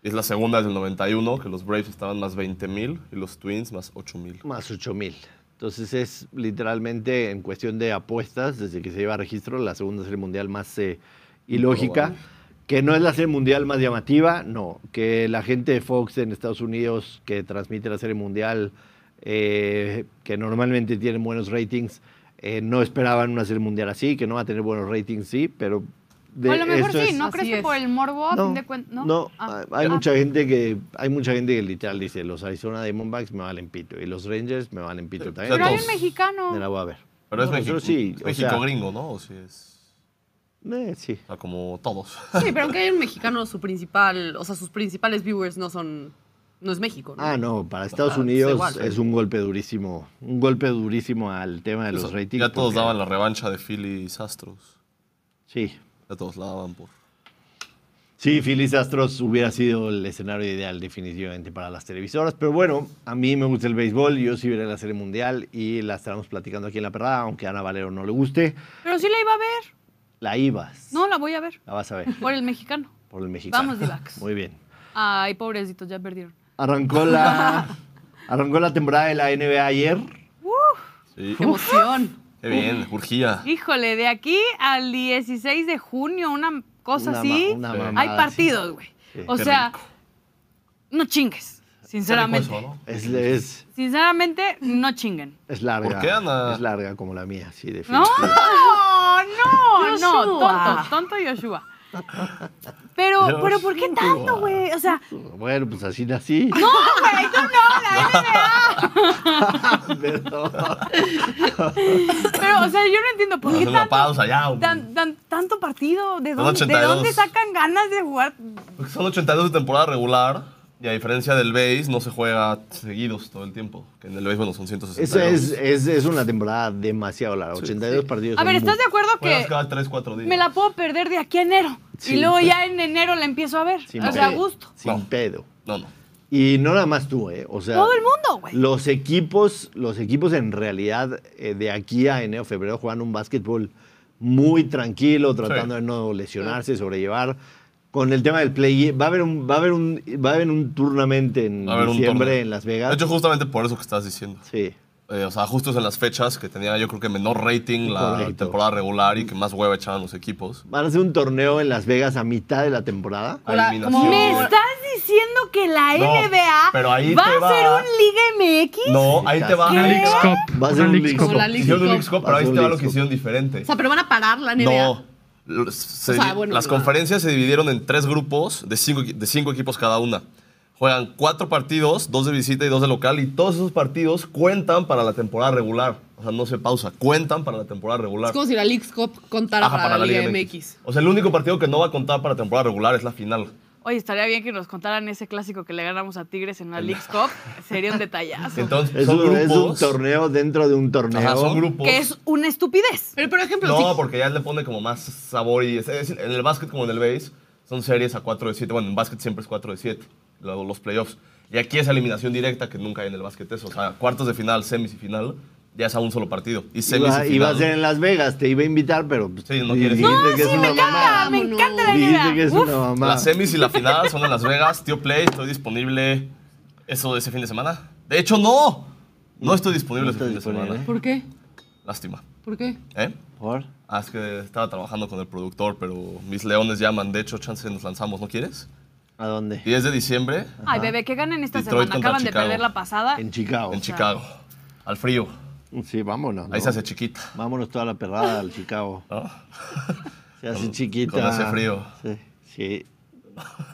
Speaker 4: Es la segunda desde el 91, que los Braves estaban más 20 mil y los Twins más 8 mil.
Speaker 1: Más 8.000. Entonces es literalmente en cuestión de apuestas, desde que se lleva registro, la segunda Serie Mundial más eh, ilógica. Que no es la serie mundial más llamativa, no. Que la gente de Fox en Estados Unidos que transmite la serie mundial, eh, que normalmente tienen buenos ratings, eh, no esperaban una serie mundial así, que no va a tener buenos ratings, sí, pero... de-
Speaker 2: O a lo mejor
Speaker 1: esto
Speaker 2: sí,
Speaker 1: es-
Speaker 2: ¿no?
Speaker 5: Así
Speaker 2: ¿Crees que
Speaker 5: es.
Speaker 2: por el morbo? a fin de cuen-
Speaker 1: no,
Speaker 2: Ah.
Speaker 1: hay- hay
Speaker 2: Ah.
Speaker 1: mucha gente que hay mucha gente que literal dice los Arizona Diamondbacks me valen pito y los Rangers me valen pito
Speaker 4: Sí,
Speaker 1: también.
Speaker 2: Pero hay un
Speaker 4: Dos.
Speaker 1: Me la
Speaker 2: mexicano.
Speaker 1: voy a ver.
Speaker 4: Pero es
Speaker 1: No,
Speaker 4: México,
Speaker 1: nosotros sí, o
Speaker 4: México
Speaker 1: sea-
Speaker 4: gringo, ¿no? O si es,
Speaker 1: Eh, sí.
Speaker 4: o sea, como todos.
Speaker 5: Sí, pero aunque hay un mexicano, su principal, o sea, sus principales viewers no son, no es México. ¿no?
Speaker 1: Ah, no, para Estados
Speaker 5: Ah, pues
Speaker 1: Unidos
Speaker 5: igual.
Speaker 1: es un golpe durísimo, un golpe durísimo al tema de los
Speaker 4: O sea,
Speaker 1: ratings.
Speaker 4: ya todos
Speaker 1: porque-
Speaker 4: daban la revancha de Phillies Astros.
Speaker 1: Sí.
Speaker 4: Ya todos la daban por.
Speaker 1: Sí, Phillies Astros hubiera sido el escenario ideal definitivamente para las televisoras, pero bueno, a mí me gusta el béisbol, yo sí veré la Serie Mundial y la estaremos platicando aquí en La Perrada, aunque a Ana Valero no le guste,
Speaker 2: Pero sí la iba a ver.
Speaker 1: la ibas,
Speaker 2: No, la voy a ver.
Speaker 1: la vas a ver
Speaker 2: Por el mexicano.
Speaker 1: por el mexicano.
Speaker 2: Vamos, Divax.
Speaker 1: Muy bien.
Speaker 2: Ay, pobrecitos, ya perdieron.
Speaker 1: Arrancó la, arrancó la temporada de la NBA ayer.
Speaker 4: Sí.
Speaker 5: ¡Qué emoción!
Speaker 4: Qué bien, urgía.
Speaker 2: Híjole, de aquí al 16 de junio, una cosa
Speaker 1: Una
Speaker 2: así,
Speaker 1: ma- una
Speaker 4: Sí.
Speaker 1: mamada
Speaker 2: hay
Speaker 1: así.
Speaker 2: partidos, güey.
Speaker 1: Sí.
Speaker 2: o
Speaker 4: Qué
Speaker 2: sea,
Speaker 4: rico.
Speaker 2: no chingues, sinceramente.
Speaker 4: Qué rico eso, ¿no?
Speaker 1: Es, es,
Speaker 2: Sinceramente, no chinguen.
Speaker 1: es larga.
Speaker 4: ¿Por qué, Ana?
Speaker 1: Es larga como la mía, sí,
Speaker 2: No,
Speaker 1: definitivamente.
Speaker 2: no, no,
Speaker 5: Yoshua.
Speaker 2: tonto, tonto Yoshua. Pero,
Speaker 4: Yoshua.
Speaker 2: pero ¿por qué tanto, güey? O sea,
Speaker 1: Bueno, pues así nací.
Speaker 2: no, güey, tú no, la NBA.
Speaker 1: Perdón.
Speaker 2: Pero, o sea, yo no entiendo por qué
Speaker 4: Hacer una
Speaker 2: tanto,
Speaker 4: pausa ya. hombre.
Speaker 2: tan- tan- tanto partido. ¿De
Speaker 4: Son
Speaker 2: dónde, ¿De
Speaker 4: 82.
Speaker 2: dónde sacan ganas de jugar?
Speaker 4: Porque son 82 de temporada regular y a diferencia del base no se juega seguidos todo el tiempo. Que en el base, bueno, son 162.
Speaker 1: Esa es, eh, es, es una temporada demasiado larga. 82 partidos.
Speaker 2: A
Speaker 1: son
Speaker 2: ver, ¿estás
Speaker 1: muy-
Speaker 2: de acuerdo que
Speaker 4: Juegas cada 3, 4 días.
Speaker 2: me la puedo perder de aquí a enero?
Speaker 1: Sí.
Speaker 2: Y luego ya en enero la empiezo a ver.
Speaker 1: sin
Speaker 2: o sea, a
Speaker 1: pedo,
Speaker 2: gusto.
Speaker 1: Sin
Speaker 4: No.
Speaker 1: pedo.
Speaker 4: No, no.
Speaker 1: Y no nada más tú, ¿eh? O sea,
Speaker 2: Todo el mundo, güey.
Speaker 1: Los equipos, los equipos en realidad eh, de aquí a enero, febrero juegan un básquetbol muy tranquilo, tratando de no lesionarse, sobrellevar. Con el tema del play, va a haber un, va a haber un, va a haber un tournament en
Speaker 4: Va a haber un
Speaker 1: diciembre
Speaker 4: torneo.
Speaker 1: en Las
Speaker 4: De
Speaker 1: Vegas.
Speaker 4: hecho, justamente por eso que estás diciendo.
Speaker 1: sí.
Speaker 4: Eh, o sea, justo es en las fechas que tenía yo creo que menor rating la
Speaker 1: Correcto.
Speaker 4: temporada regular y que más hueva echaban los equipos.
Speaker 1: Van a hacer un torneo en Las Vegas a mitad de la temporada.
Speaker 5: Hola,
Speaker 4: Eliminación,
Speaker 5: ¿cómo-
Speaker 2: ¿Me
Speaker 4: güey.
Speaker 2: estás diciendo que la
Speaker 4: No,
Speaker 2: NBA
Speaker 4: pero ahí
Speaker 2: va
Speaker 4: te
Speaker 2: a
Speaker 4: va.
Speaker 2: ser un Liga MX?
Speaker 4: No, ahí te va.
Speaker 3: Una
Speaker 4: ahí te
Speaker 3: Leagues
Speaker 4: va.
Speaker 3: Cup.
Speaker 1: Va a ser
Speaker 3: una
Speaker 1: un
Speaker 3: Leagues
Speaker 1: Leagues
Speaker 3: Cup.
Speaker 5: Como la League
Speaker 4: Hicieron un
Speaker 5: Cup.
Speaker 4: Leagues Cup, pero ahí
Speaker 1: Pasó
Speaker 4: te va lo
Speaker 1: Leagues
Speaker 4: que
Speaker 1: Cup.
Speaker 4: hicieron diferente.
Speaker 5: O sea, pero van a parar la NBA.
Speaker 4: No. L- se-
Speaker 5: O sea, bueno,
Speaker 4: las
Speaker 5: no.
Speaker 4: conferencias se dividieron en tres grupos de cinco, equi- de cinco equipos cada una. Juegan cuatro partidos, dos de visita y dos de local, y todos esos partidos cuentan para la temporada regular. O sea, no se pausa, cuentan para la temporada regular.
Speaker 5: Es como si la League Cup contara
Speaker 4: Ajá,
Speaker 5: para, la Liga, MX.
Speaker 4: O sea, el único partido que no va a contar para temporada regular es la final.
Speaker 2: Oye, estaría bien que nos contaran ese clásico que le ganamos a Tigres en la League Cup. Sería un detallazo.
Speaker 4: Entonces,
Speaker 1: Es
Speaker 4: son
Speaker 1: un, es un
Speaker 4: grupos.
Speaker 1: torneo dentro de un torneo.
Speaker 4: Ajá, son grupos.
Speaker 2: Que es una estupidez.
Speaker 5: Pero, por ejemplo,
Speaker 4: No,
Speaker 5: si-
Speaker 4: porque ya le pone como más sabor y es, es- en el básquet como en el base son series a 4 de 7. Bueno, en básquet siempre es 4 de 7, lo- los playoffs. Y aquí es eliminación directa que nunca hay en el básquet eso. O sea, cuartos de final, semis y final, ya es a un solo partido. Y semis
Speaker 1: Iba,
Speaker 4: y final.
Speaker 1: iba a ser en Las Vegas, te iba a invitar, pero pues,
Speaker 4: Sí, no
Speaker 1: dijiste
Speaker 4: quieres ir.
Speaker 1: que es
Speaker 2: Sí, me
Speaker 1: una
Speaker 2: encanta,
Speaker 1: mamá.
Speaker 2: me
Speaker 5: Vámonos.
Speaker 2: encanta la
Speaker 1: Dijiste que es
Speaker 2: NBA. Uf,
Speaker 1: una mamá.
Speaker 4: Las semis y la final son en Las Vegas, tío Play, estoy disponible eso de ese fin de semana. De hecho, no. No estoy
Speaker 1: No
Speaker 4: disponible ese
Speaker 1: estás
Speaker 4: fin de semana.
Speaker 1: disponible.
Speaker 5: ¿por qué?
Speaker 4: Lástima.
Speaker 5: ¿Por qué?
Speaker 4: ¿Eh?
Speaker 1: ¿Por?
Speaker 4: Ah, es que estaba trabajando con el productor, pero mis leones llaman. De hecho, chance nos lanzamos, ¿no quieres?
Speaker 1: ¿A dónde?
Speaker 4: 10 de diciembre
Speaker 2: Ay, bebé, que ganen esta
Speaker 4: Detroit
Speaker 2: semana.
Speaker 4: contra
Speaker 2: Acaban de
Speaker 4: Chicago.
Speaker 2: perder la pasada.
Speaker 1: En Chicago.
Speaker 4: Ah. en Chicago. Al frío.
Speaker 1: Sí, vámonos.
Speaker 4: Ahí
Speaker 1: ¿no?
Speaker 4: se hace chiquita.
Speaker 1: Vámonos toda la perrada al Chicago.
Speaker 4: ¿no?
Speaker 1: Se hace chiquita.
Speaker 4: con ese frío.
Speaker 1: Sí. sí.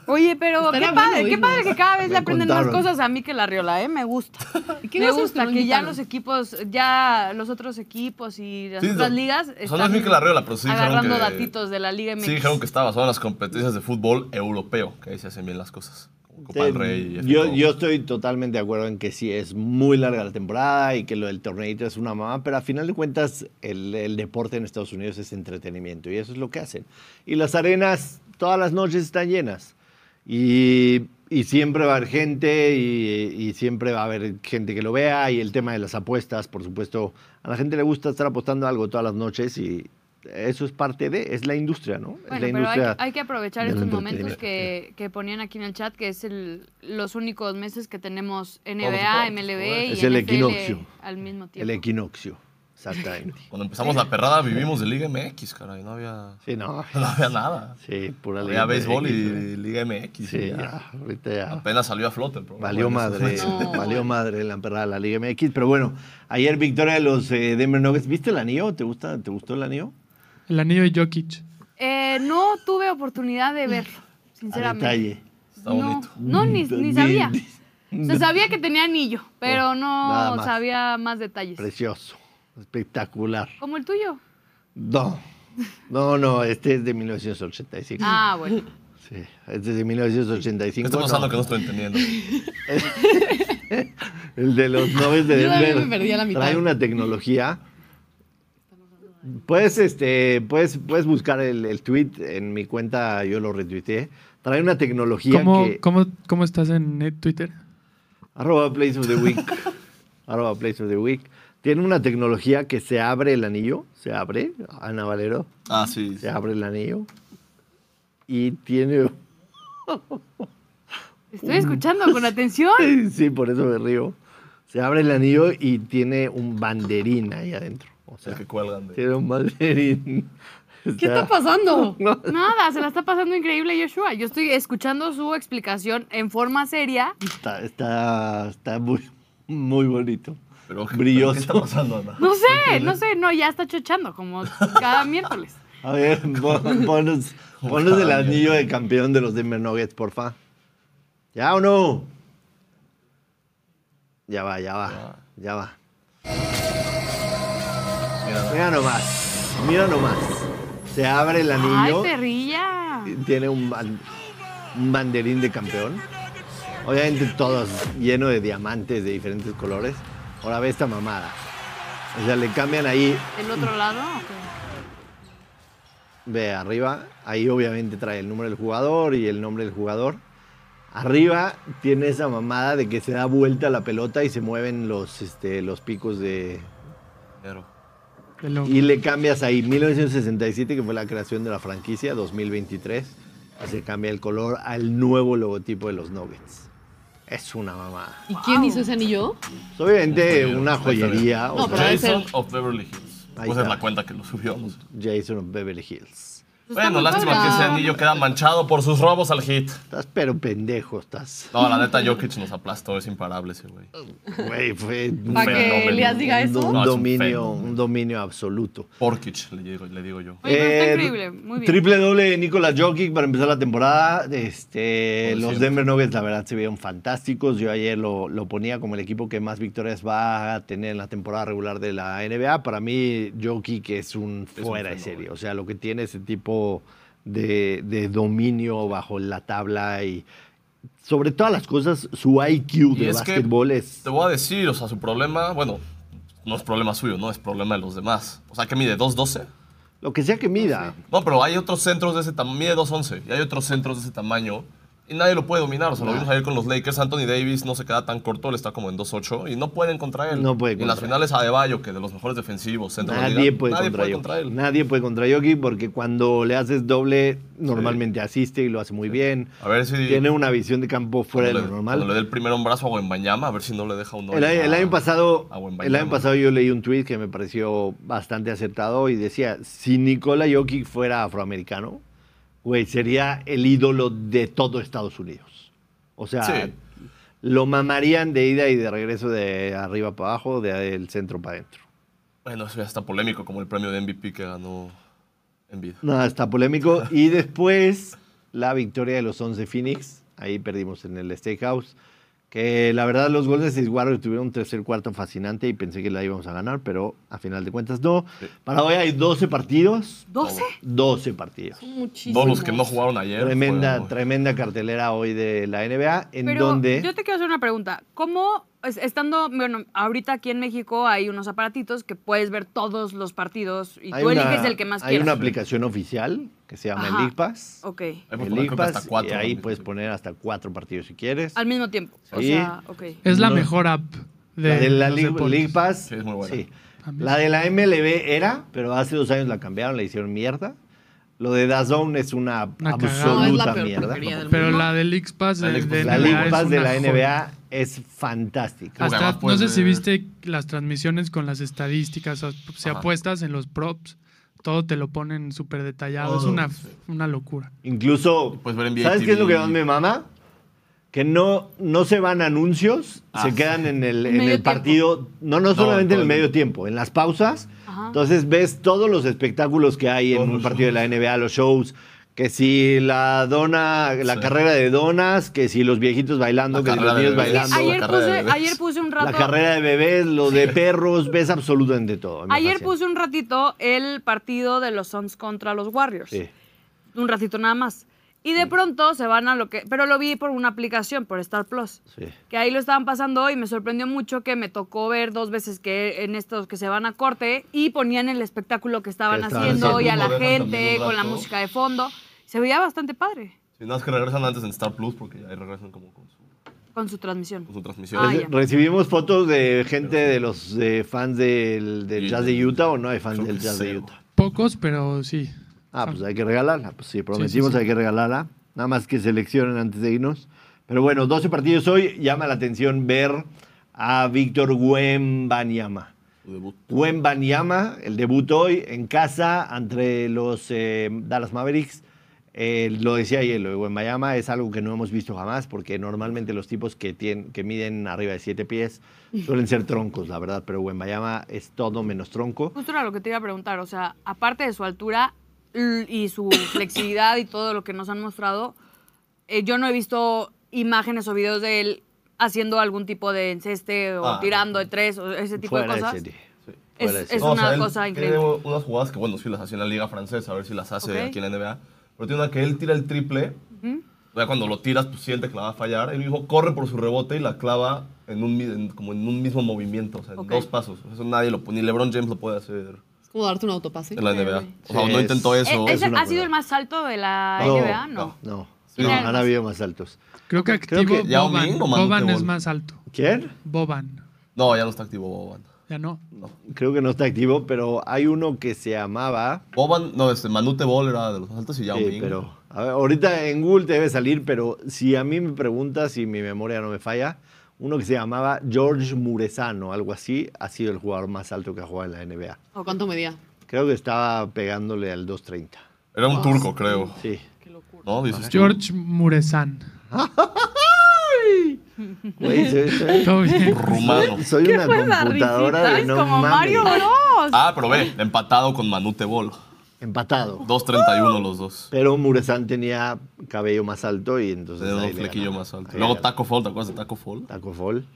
Speaker 2: Oye, pero
Speaker 5: Estaría
Speaker 2: qué
Speaker 5: Pues bueno
Speaker 2: padre, qué
Speaker 5: irnos.
Speaker 2: padre que cada vez
Speaker 1: Me
Speaker 2: le aprenden más
Speaker 1: contaron.
Speaker 2: cosas a mí que la Riola, ¿eh? Me gusta.
Speaker 5: qué
Speaker 2: Me
Speaker 5: gracioso que
Speaker 2: gusta
Speaker 5: no
Speaker 2: que ya
Speaker 5: invitaron.
Speaker 2: los equipos, ya los otros equipos y las
Speaker 4: Sí,
Speaker 2: otras
Speaker 4: son-
Speaker 2: ligas
Speaker 4: son las Mikel Arriola, pero sí dijeron
Speaker 2: agarrando
Speaker 4: que-
Speaker 2: datitos de la Liga MX.
Speaker 4: Sí, dijeron que estaba basado en las competencias de fútbol europeo, que ahí se hacen bien las cosas. Como Copa del Rey. y
Speaker 1: yo,
Speaker 4: FA.
Speaker 1: yo estoy totalmente de acuerdo en que sí es muy larga la temporada y que lo del torneito es una mamá, pero a final de cuentas el, el deporte en Estados Unidos es entretenimiento y eso es lo que hacen. Y las arenas todas las noches están llenas y, y siempre va a haber gente y, y siempre va a haber gente que lo vea y el tema de las apuestas, por supuesto, a la gente le gusta estar apostando algo todas las noches y eso es parte de, es la industria, ¿no? es la
Speaker 2: Bueno, pero hay,
Speaker 1: industria.
Speaker 2: hay que aprovechar
Speaker 1: del
Speaker 2: estos momentos
Speaker 1: entretenimiento.
Speaker 2: que, que ponían aquí en el chat, que es el, los únicos meses que tenemos
Speaker 4: Todos,
Speaker 2: NBA,
Speaker 4: todos,
Speaker 2: MLB y
Speaker 1: Es el
Speaker 2: NFL
Speaker 1: equinoccio.
Speaker 2: al mismo tiempo.
Speaker 1: El equinoccio, exactamente.
Speaker 4: Cuando empezamos la perrada vivimos de Liga MX, caray. No había,
Speaker 1: Sí, no.
Speaker 4: no había nada.
Speaker 1: Sí, pura
Speaker 4: Había
Speaker 1: leyenda
Speaker 4: béisbol y,
Speaker 1: X, güey.
Speaker 4: y Liga MX.
Speaker 1: Sí,
Speaker 4: y
Speaker 1: ya,
Speaker 4: ya.
Speaker 1: ahorita ya.
Speaker 4: Apenas salió a flote el programa.
Speaker 1: Valió
Speaker 4: Bueno, eso
Speaker 1: madre,
Speaker 4: fue-
Speaker 5: No.
Speaker 1: valió madre la perrada de la Liga MX. Pero bueno, ayer victoria de los eh, Denver Nuggets. ¿Viste el anillo? ¿Te, gusta, ¿Te gustó el anillo?
Speaker 3: El anillo de Jokic.
Speaker 2: Eh, no tuve oportunidad de verlo, sinceramente.
Speaker 1: A detalle.
Speaker 4: Está
Speaker 2: no,
Speaker 4: bonito.
Speaker 2: No, ni, ni sabía.
Speaker 1: Ni- Oh,
Speaker 2: O sea, sabía que tenía anillo, pero
Speaker 1: nada
Speaker 2: no
Speaker 1: más.
Speaker 2: sabía más detalles.
Speaker 1: Precioso. Espectacular.
Speaker 2: Como el tuyo.
Speaker 1: No, no, no, este es de 1985.
Speaker 2: Ah, bueno.
Speaker 1: Sí, este es de 1985.
Speaker 4: Está
Speaker 1: no.
Speaker 4: pasando que no estoy entendiendo.
Speaker 1: El de los noves de
Speaker 5: Yo también
Speaker 1: Denver.
Speaker 5: me perdí a la mitad.
Speaker 1: Trae una tecnología. Puedes, este, puedes, puedes buscar el, el tweet en mi cuenta, yo lo retuiteé. Trae una tecnología
Speaker 3: ¿Cómo,
Speaker 1: que.
Speaker 3: cómo, cómo estás en net- Twitter?
Speaker 1: Arroba Place of the Week. arroba Place of the Week. Tiene una tecnología que se abre el anillo. Se abre, Ana Valero.
Speaker 4: Ah, sí.
Speaker 1: Se abre el anillo. Y tiene.
Speaker 2: Estoy escuchando con atención.
Speaker 1: Sí, por eso me río. Se abre el anillo y tiene un banderín ahí adentro. O
Speaker 4: El
Speaker 1: sea,
Speaker 4: que cuelgan de.
Speaker 1: tiene un banderín.
Speaker 5: ¿Qué está pasando?
Speaker 2: Nada, se la está pasando increíble Joshua. Yo estoy escuchando su explicación en forma seria.
Speaker 1: Está, está, está muy, muy bonito.
Speaker 4: Pero,
Speaker 1: Brilloso.
Speaker 4: ¿Qué está pasando, Ana?
Speaker 2: No sé, no sé, no, ya está chochando como cada miércoles.
Speaker 1: A ver, pon- ponos, ponos el anillo de campeón de los Denver Nuggets, porfa. ¿Ya o no? Ya va, ya va, ya va.
Speaker 4: Mira,
Speaker 1: Mira nomás, mira nomás. Se abre el
Speaker 2: Ay,
Speaker 1: anillo.
Speaker 2: perrilla.
Speaker 1: tiene un, ban- un banderín de campeón. Obviamente todos lleno de diamantes de diferentes colores. Ahora ve esta mamada. O sea, le cambian ahí,
Speaker 2: ¿El otro lado? ok.
Speaker 1: ve arriba, ahí obviamente trae el número del jugador y el nombre del jugador. Arriba tiene esa mamada de que se da vuelta la pelota y se mueven los, este, los picos de...
Speaker 4: Pero,
Speaker 3: De lo-
Speaker 1: Y le cambias ahí 1967, que fue la creación de la franquicia, 2023. Se cambia el color al nuevo logotipo de los Nuggets. Es una mamada.
Speaker 5: ¿Y quién hizo ese anillo?
Speaker 1: Es Obviamente
Speaker 4: Joyero,
Speaker 1: una
Speaker 4: está bien.
Speaker 1: joyería. o
Speaker 5: No, pero
Speaker 1: sea,
Speaker 5: debe ser-
Speaker 4: Jason of Beverly Hills.
Speaker 1: Ahí
Speaker 4: Pues es
Speaker 1: está.
Speaker 4: la cuenta que lo subió. no sé.
Speaker 1: Jason of Beverly Hills.
Speaker 2: Pues Está
Speaker 4: Bueno,
Speaker 2: muy
Speaker 4: lástima que
Speaker 2: padre.
Speaker 4: ese anillo queda manchado por sus robos al hit.
Speaker 1: Estás pero pendejo, estás.
Speaker 4: No, la neta, Jokic nos aplastó, es imparable ese güey.
Speaker 1: Güey, fue un,
Speaker 5: Para
Speaker 1: fenómeno,
Speaker 5: que
Speaker 4: fenómeno.
Speaker 5: Elias diga eso.
Speaker 1: un
Speaker 4: No, es un
Speaker 1: dominio,
Speaker 4: fenómeno.
Speaker 1: un dominio absoluto.
Speaker 4: Porkic, le digo, le digo yo.
Speaker 2: Oye, pero está
Speaker 1: Eh,
Speaker 2: increíble, muy bien.
Speaker 1: Triple doble de Nicolas Jokic para empezar la temporada. Este,
Speaker 4: Como
Speaker 1: los
Speaker 4: siempre.
Speaker 1: Denver Nuggets, la verdad, se vieron fantásticos. Yo ayer lo, lo ponía como el equipo que más victorias va a tener en la temporada regular de la NBA. Para mí, Jokic es un
Speaker 4: un
Speaker 1: fuera de serie.
Speaker 4: fenómeno.
Speaker 1: O sea, lo que tiene ese tipo de, de dominio bajo la tabla y sobre todas las cosas, su IQ
Speaker 4: Y
Speaker 1: de
Speaker 4: es que
Speaker 1: básquetbol es.
Speaker 4: Te voy a decir, o sea, su problema, bueno, no es problema suyo, no es problema de los demás. O sea, que mide 2'12.
Speaker 1: Lo que sea que mida.
Speaker 4: No, pero hay otros centros de ese tamaño, mide 2'11, y hay otros centros de ese tamaño, y nadie lo puede dominar. O sea, lo vimos ayer con los Lakers, Anthony Davis no se queda tan corto, él está como en 2'8, y no pueden contra él.
Speaker 1: No puede
Speaker 4: Y en las
Speaker 1: contra él.
Speaker 4: finales Adebayo, que de los mejores defensivos, centro de la
Speaker 1: Nadie
Speaker 4: liga,
Speaker 1: puede,
Speaker 4: nadie
Speaker 1: contra,
Speaker 4: puede
Speaker 1: Jokic.
Speaker 4: contra él.
Speaker 1: Nadie puede contra Jokic porque cuando le haces doble, normalmente asiste y lo hace muy bien.
Speaker 4: A ver si...
Speaker 1: Tiene una visión de campo fuera de
Speaker 4: cuando
Speaker 1: lo
Speaker 4: le, cuando le
Speaker 1: normal.
Speaker 4: dé el primer hombrazo a Wembanyama, a ver si no le deja un
Speaker 1: El, año- el
Speaker 4: a-
Speaker 1: año pasado,
Speaker 4: a Wembanyama.
Speaker 1: el año pasado yo leí un tweet que me pareció bastante acertado y decía, si Nikola Jokic fuera afroamericano, güey, sería el ídolo de todo Estados Unidos. O sea,
Speaker 4: Sí.
Speaker 1: lo mamarían de ida y de regreso de arriba para abajo, de- del centro para adentro.
Speaker 4: Bueno, eso ya está polémico, como el premio de MVP que ganó Embiid.
Speaker 1: Nada, está polémico. Y después, la victoria de los 11 Phoenix. Ahí perdimos en el Steakhouse. Que la verdad, los Golden State Warriors tuvieron un tercer cuarto fascinante y pensé que la íbamos a ganar, pero a final de cuentas no. Para hoy hay 12 partidos.
Speaker 2: ¿Doce?
Speaker 1: 12 partidos.
Speaker 5: Muchísimo.
Speaker 4: Todos los que no jugaron ayer.
Speaker 1: Tremenda,
Speaker 4: fueron hoy.
Speaker 1: tremenda cartelera hoy de la NBA. En
Speaker 2: Pero
Speaker 1: donde.
Speaker 2: yo te quiero hacer una pregunta. ¿Cómo, es- estando, bueno, ahorita aquí en México hay unos aparatitos que puedes ver todos los partidos y tú eliges el que más
Speaker 1: hay
Speaker 2: quieras?
Speaker 1: una aplicación oficial que se llama
Speaker 2: Ajá.
Speaker 1: el League Pass.
Speaker 2: Ok,
Speaker 4: Ahí puedes
Speaker 1: El
Speaker 4: poner,
Speaker 1: League
Speaker 4: creo que hasta
Speaker 1: Pass,
Speaker 4: cuatro,
Speaker 1: y ahí pues,
Speaker 4: ¿no?
Speaker 1: puedes poner hasta cuatro partidos si quieres.
Speaker 2: al mismo tiempo. O
Speaker 1: Sí.
Speaker 2: sea, ok.
Speaker 3: es la
Speaker 1: no-
Speaker 3: mejor app de,
Speaker 1: la de la
Speaker 3: los
Speaker 1: League,
Speaker 3: deportes.
Speaker 1: League Pass.
Speaker 4: Sí, es muy buena.
Speaker 1: sí.
Speaker 3: Ah, mira.
Speaker 1: La de la MLB era, pero hace dos años la cambiaron, la hicieron mierda. Lo de DAZN es una,
Speaker 3: Una cagada.
Speaker 1: absoluta
Speaker 5: No, es la peor
Speaker 1: mierda.
Speaker 5: porquería del
Speaker 3: Pero
Speaker 5: mundo.
Speaker 3: la de League Pass
Speaker 4: La
Speaker 3: de,
Speaker 4: League
Speaker 3: de
Speaker 4: Pass.
Speaker 1: La
Speaker 3: NBA
Speaker 1: League
Speaker 3: es
Speaker 1: Pass de
Speaker 3: una
Speaker 1: la
Speaker 3: joya.
Speaker 1: NBA es fantástica.
Speaker 4: Porque
Speaker 3: Hasta,
Speaker 4: además
Speaker 3: no
Speaker 4: puedes
Speaker 3: sé si
Speaker 4: ver-
Speaker 3: viste las transmisiones con las estadísticas, o si
Speaker 4: Ajá.
Speaker 3: apuestas en los props, todo te lo ponen súper detallado. es
Speaker 4: Todo,
Speaker 3: una,
Speaker 4: sí.
Speaker 3: una locura.
Speaker 1: Incluso,
Speaker 4: Puedes ver NBA
Speaker 1: ¿sabes qué es lo que
Speaker 4: TV?
Speaker 1: más me mama? Que no, no se van anuncios,
Speaker 4: Ah,
Speaker 1: se quedan en el, en
Speaker 2: Medio
Speaker 1: el
Speaker 2: tiempo.
Speaker 1: partido, no, no
Speaker 4: No,
Speaker 1: solamente en el
Speaker 4: todo el-
Speaker 1: medio tiempo, en las pausas.
Speaker 2: Ajá.
Speaker 1: Entonces ves todos los espectáculos que hay en
Speaker 4: Todos
Speaker 1: un
Speaker 4: los
Speaker 1: partido de la NBA, los shows, Que si la dona, la
Speaker 4: Sí.
Speaker 1: carrera de donas, que si los viejitos bailando,
Speaker 4: La
Speaker 1: que si los
Speaker 4: carrera de
Speaker 1: niños
Speaker 4: bebés.
Speaker 1: bailando.
Speaker 4: la
Speaker 2: Ayer
Speaker 4: carrera de
Speaker 2: puse,
Speaker 4: bebés.
Speaker 2: ayer puse un rato.
Speaker 1: La carrera de bebés, lo de perros, ves absolutamente todo. me
Speaker 2: Ayer
Speaker 1: fascina.
Speaker 2: puse un ratito el partido de los Suns contra los Warriors.
Speaker 1: Sí. Mm.
Speaker 2: Un ratito nada más. Y de pronto se van a lo que. Pero lo vi por una aplicación, por Star Plus.
Speaker 1: Sí.
Speaker 2: Que ahí lo estaban pasando y me sorprendió mucho que me tocó ver dos veces que en estos que se van a corte y ponían el espectáculo que estaban
Speaker 1: Que estaban
Speaker 2: haciendo y a
Speaker 4: haciendo.
Speaker 2: la
Speaker 4: Dejan
Speaker 2: gente
Speaker 4: también un
Speaker 2: con la
Speaker 4: rato.
Speaker 2: música de fondo. Se veía bastante padre
Speaker 4: Si no, es que regresan antes en Star Plus porque ahí regresan como con su,
Speaker 2: con su transmisión.
Speaker 4: con su transmisión.
Speaker 2: Ah,
Speaker 1: Reci-
Speaker 2: ya.
Speaker 1: Recibimos fotos de gente de los eh, fans del, del
Speaker 4: Y-
Speaker 1: jazz de Utah o no hay fans
Speaker 4: Creo
Speaker 1: del
Speaker 4: que
Speaker 1: jazz de
Speaker 4: cero.
Speaker 1: Utah.
Speaker 3: Pocos, pero sí.
Speaker 1: Ah, pues hay que regalarla. Pues sí, prometimos,
Speaker 3: sí.
Speaker 1: hay que regalarla. Nada más que seleccionen antes de irnos. Pero bueno, 12 partidos hoy. Llama la atención ver a Víctor Wembanyama.
Speaker 4: Su debut.
Speaker 1: Wembanyama, el debut hoy en casa entre los eh, Dallas Mavericks. Eh, lo decía ayer, lo de Wembanyama es algo que no hemos visto jamás, porque normalmente los tipos que, tienen, que miden arriba de 7 pies suelen ser troncos, la verdad, pero Wembanyama es todo menos tronco.
Speaker 2: Justo era lo que te iba a preguntar, o sea, aparte de su altura l- y su flexibilidad y todo lo que nos han mostrado, eh, yo no he visto imágenes o videos de él haciendo algún tipo de enceste o
Speaker 4: Ah,
Speaker 2: tirando de tres o ese tipo
Speaker 1: Fuera
Speaker 2: de cosas.
Speaker 1: serie.
Speaker 4: Sí.
Speaker 1: Fuera de
Speaker 2: es
Speaker 1: serie.
Speaker 2: es una cosa increíble.
Speaker 4: Tiene unas jugadas que, bueno, sí las hacía en la Liga Francesa, a ver si las hace
Speaker 2: Ok.
Speaker 4: aquí en la NBA. Pero tiene una que él tira el triple. Ya cuando lo tiras, pues siente que la va a fallar. Él mismo corre por su rebote y la clava en un, mi- en- como en un mismo movimiento, o sea, en
Speaker 2: Ok.
Speaker 4: dos pasos. Eso nadie lo puede, ni LeBron James lo puede hacer
Speaker 5: Es como darte un autopase.
Speaker 4: en la NBA. O sea,
Speaker 1: Sí,
Speaker 4: no
Speaker 1: es-
Speaker 4: intentó eso.
Speaker 2: Eh, ¿ese
Speaker 1: es una
Speaker 2: ¿Ha sido
Speaker 1: cosa.
Speaker 2: el más alto de la
Speaker 1: No,
Speaker 2: NBA? No.
Speaker 1: No,
Speaker 2: Sí,
Speaker 1: no,
Speaker 2: nada
Speaker 1: han
Speaker 2: más.
Speaker 1: habido más altos.
Speaker 3: Creo que
Speaker 1: Creo
Speaker 3: activo
Speaker 1: que
Speaker 4: Yao
Speaker 3: Boban.
Speaker 4: Ming o Manute
Speaker 3: Boban es
Speaker 4: Ball.
Speaker 3: más alto.
Speaker 1: ¿Quién?
Speaker 3: Boban.
Speaker 4: No, ya no está activo Boban.
Speaker 3: Ya no.
Speaker 1: Creo que no está activo, pero hay uno que se llamaba.
Speaker 4: Boban, no, este, Manute Ball era de los más altos y Yao
Speaker 1: Sí,
Speaker 4: Ming.
Speaker 1: pero a ver, ahorita en Google te debe salir, pero si a mí me preguntas si mi memoria no me falla, uno que se llamaba George Muresano, algo así, ha sido el jugador más alto que ha jugado en la NBA.
Speaker 5: ¿O cuánto medía?
Speaker 1: Creo que estaba pegándole al 230.
Speaker 4: Era
Speaker 2: Ah,
Speaker 4: un turco, creo.
Speaker 1: Sí.
Speaker 4: ¿No? Dices,
Speaker 3: George Muresan.
Speaker 1: Güey, soy, soy-
Speaker 3: Todo bien.
Speaker 4: rumano.
Speaker 1: soy una computadora de
Speaker 2: es
Speaker 1: no
Speaker 2: como
Speaker 1: mames.
Speaker 2: Mario Bros.
Speaker 4: Ah, pero ve, empatado con Manute Ball.
Speaker 1: Empatado.
Speaker 4: 2.31 los dos.
Speaker 1: Pero Muresan tenía cabello más alto y entonces.
Speaker 4: Tenía
Speaker 1: ahí
Speaker 4: un
Speaker 1: le
Speaker 4: flequillo
Speaker 1: ganó.
Speaker 4: más alto.
Speaker 1: Ahí
Speaker 4: Luego
Speaker 1: le ganó.
Speaker 4: Taco Fall, ¿te acuerdas de Taco Fall?
Speaker 1: Taco Fall.
Speaker 4: Los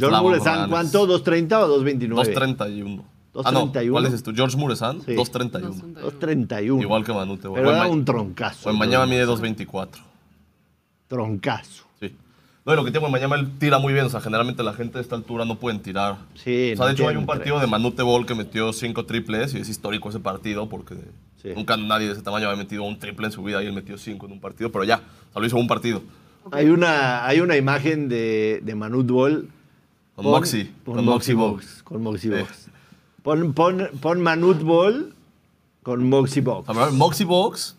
Speaker 1: George
Speaker 4: Lavos
Speaker 1: Muresan,
Speaker 4: Ranes.
Speaker 1: ¿cuánto? ¿230 o 229?
Speaker 4: 2.31. Ah, no,
Speaker 1: 2.31.
Speaker 4: ¿cuál dices tú? George Muresan,
Speaker 1: Sí.
Speaker 4: 2.31.
Speaker 1: 231.
Speaker 4: Igual que Manute Ball.
Speaker 1: Pero
Speaker 4: Buen
Speaker 1: era
Speaker 4: ma-
Speaker 1: un troncazo.
Speaker 4: Buen Mañana
Speaker 1: ¿no?
Speaker 4: mide 2.24.
Speaker 1: Troncazo.
Speaker 4: Sí. No, y lo que tiene Buen Mañana, él tira muy bien. O sea, generalmente la gente de esta altura no pueden tirar.
Speaker 1: Sí,
Speaker 4: O sea,
Speaker 1: no
Speaker 4: de hecho hay un
Speaker 1: tienen
Speaker 4: partido
Speaker 1: tres.
Speaker 4: de Manute Ball que metió 5 triples y es histórico ese partido porque
Speaker 1: Sí.
Speaker 4: nunca nadie de ese tamaño había metido un triple en su vida y él metió 5 en un partido, pero ya, o sea, lo hizo un partido.
Speaker 1: Hay una, hay una imagen de, de Manute Ball.
Speaker 4: Con Moxie.
Speaker 1: Con,
Speaker 4: con
Speaker 1: Moxie
Speaker 4: Moxie
Speaker 1: Box. Con Moxie
Speaker 4: Sí.
Speaker 1: Box. Pon, pon, pon Manute Ball con Moxie
Speaker 4: O
Speaker 1: Box.
Speaker 4: sea, ¿verdad? Moxie Box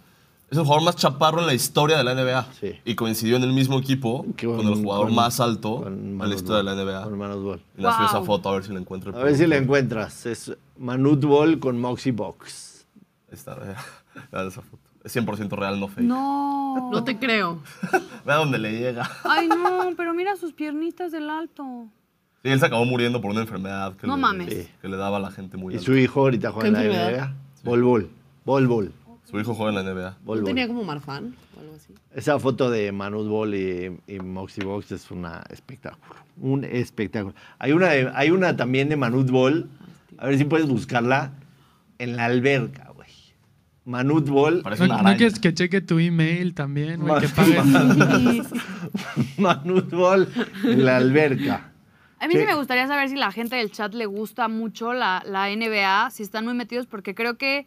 Speaker 4: es el jugador más chaparro en la historia de la NBA.
Speaker 1: Sí.
Speaker 4: Y coincidió en el mismo equipo con, el jugador
Speaker 1: con-
Speaker 4: más alto
Speaker 1: con
Speaker 4: en la
Speaker 1: Manute
Speaker 4: historia de la
Speaker 1: Ball,
Speaker 4: NBA.
Speaker 1: Con Manute Ball.
Speaker 4: Y nació esa
Speaker 2: Wow.
Speaker 4: foto, a ver si la encuentro.
Speaker 1: A ver si la encuentras. Es Manute Ball con Moxie Box.
Speaker 4: Ahí está, vea. Vean esa foto. Es 100% real, no fake.
Speaker 2: No.
Speaker 5: No te creo.
Speaker 4: Vea dónde le llega.
Speaker 2: Ay, no, pero mira sus piernitas del alto.
Speaker 4: Sí, él se acabó muriendo por una enfermedad que,
Speaker 2: No
Speaker 4: le,
Speaker 2: mames.
Speaker 4: Sí. que le daba a la gente muy
Speaker 1: Y
Speaker 4: alta.
Speaker 1: su hijo ahorita juega en la
Speaker 5: ¿Qué enfermedad?
Speaker 1: NBA. Bol Bol. Bol Bol.
Speaker 4: Su hijo juega en la NBA.
Speaker 1: Bol
Speaker 5: ¿No
Speaker 1: Bol.
Speaker 5: tenía como Marfan o algo así?
Speaker 1: Esa foto de Manute Ball y, y Moxie Box es una espectáculo. Un espectáculo. Hay una, de- hay una también de Manute Ball. A ver si puedes buscarla. En la alberca, güey. Manute Ball.
Speaker 4: Parece
Speaker 3: No,
Speaker 4: una
Speaker 3: no
Speaker 4: araña.
Speaker 3: quieres que cheque tu email también, güey,
Speaker 1: Ma-
Speaker 3: que pagues.
Speaker 1: Manute Ball en la alberca.
Speaker 2: A mí sí
Speaker 1: Sí.
Speaker 2: me gustaría saber si la gente del chat le gusta mucho la, la NBA, si están muy metidos, porque creo que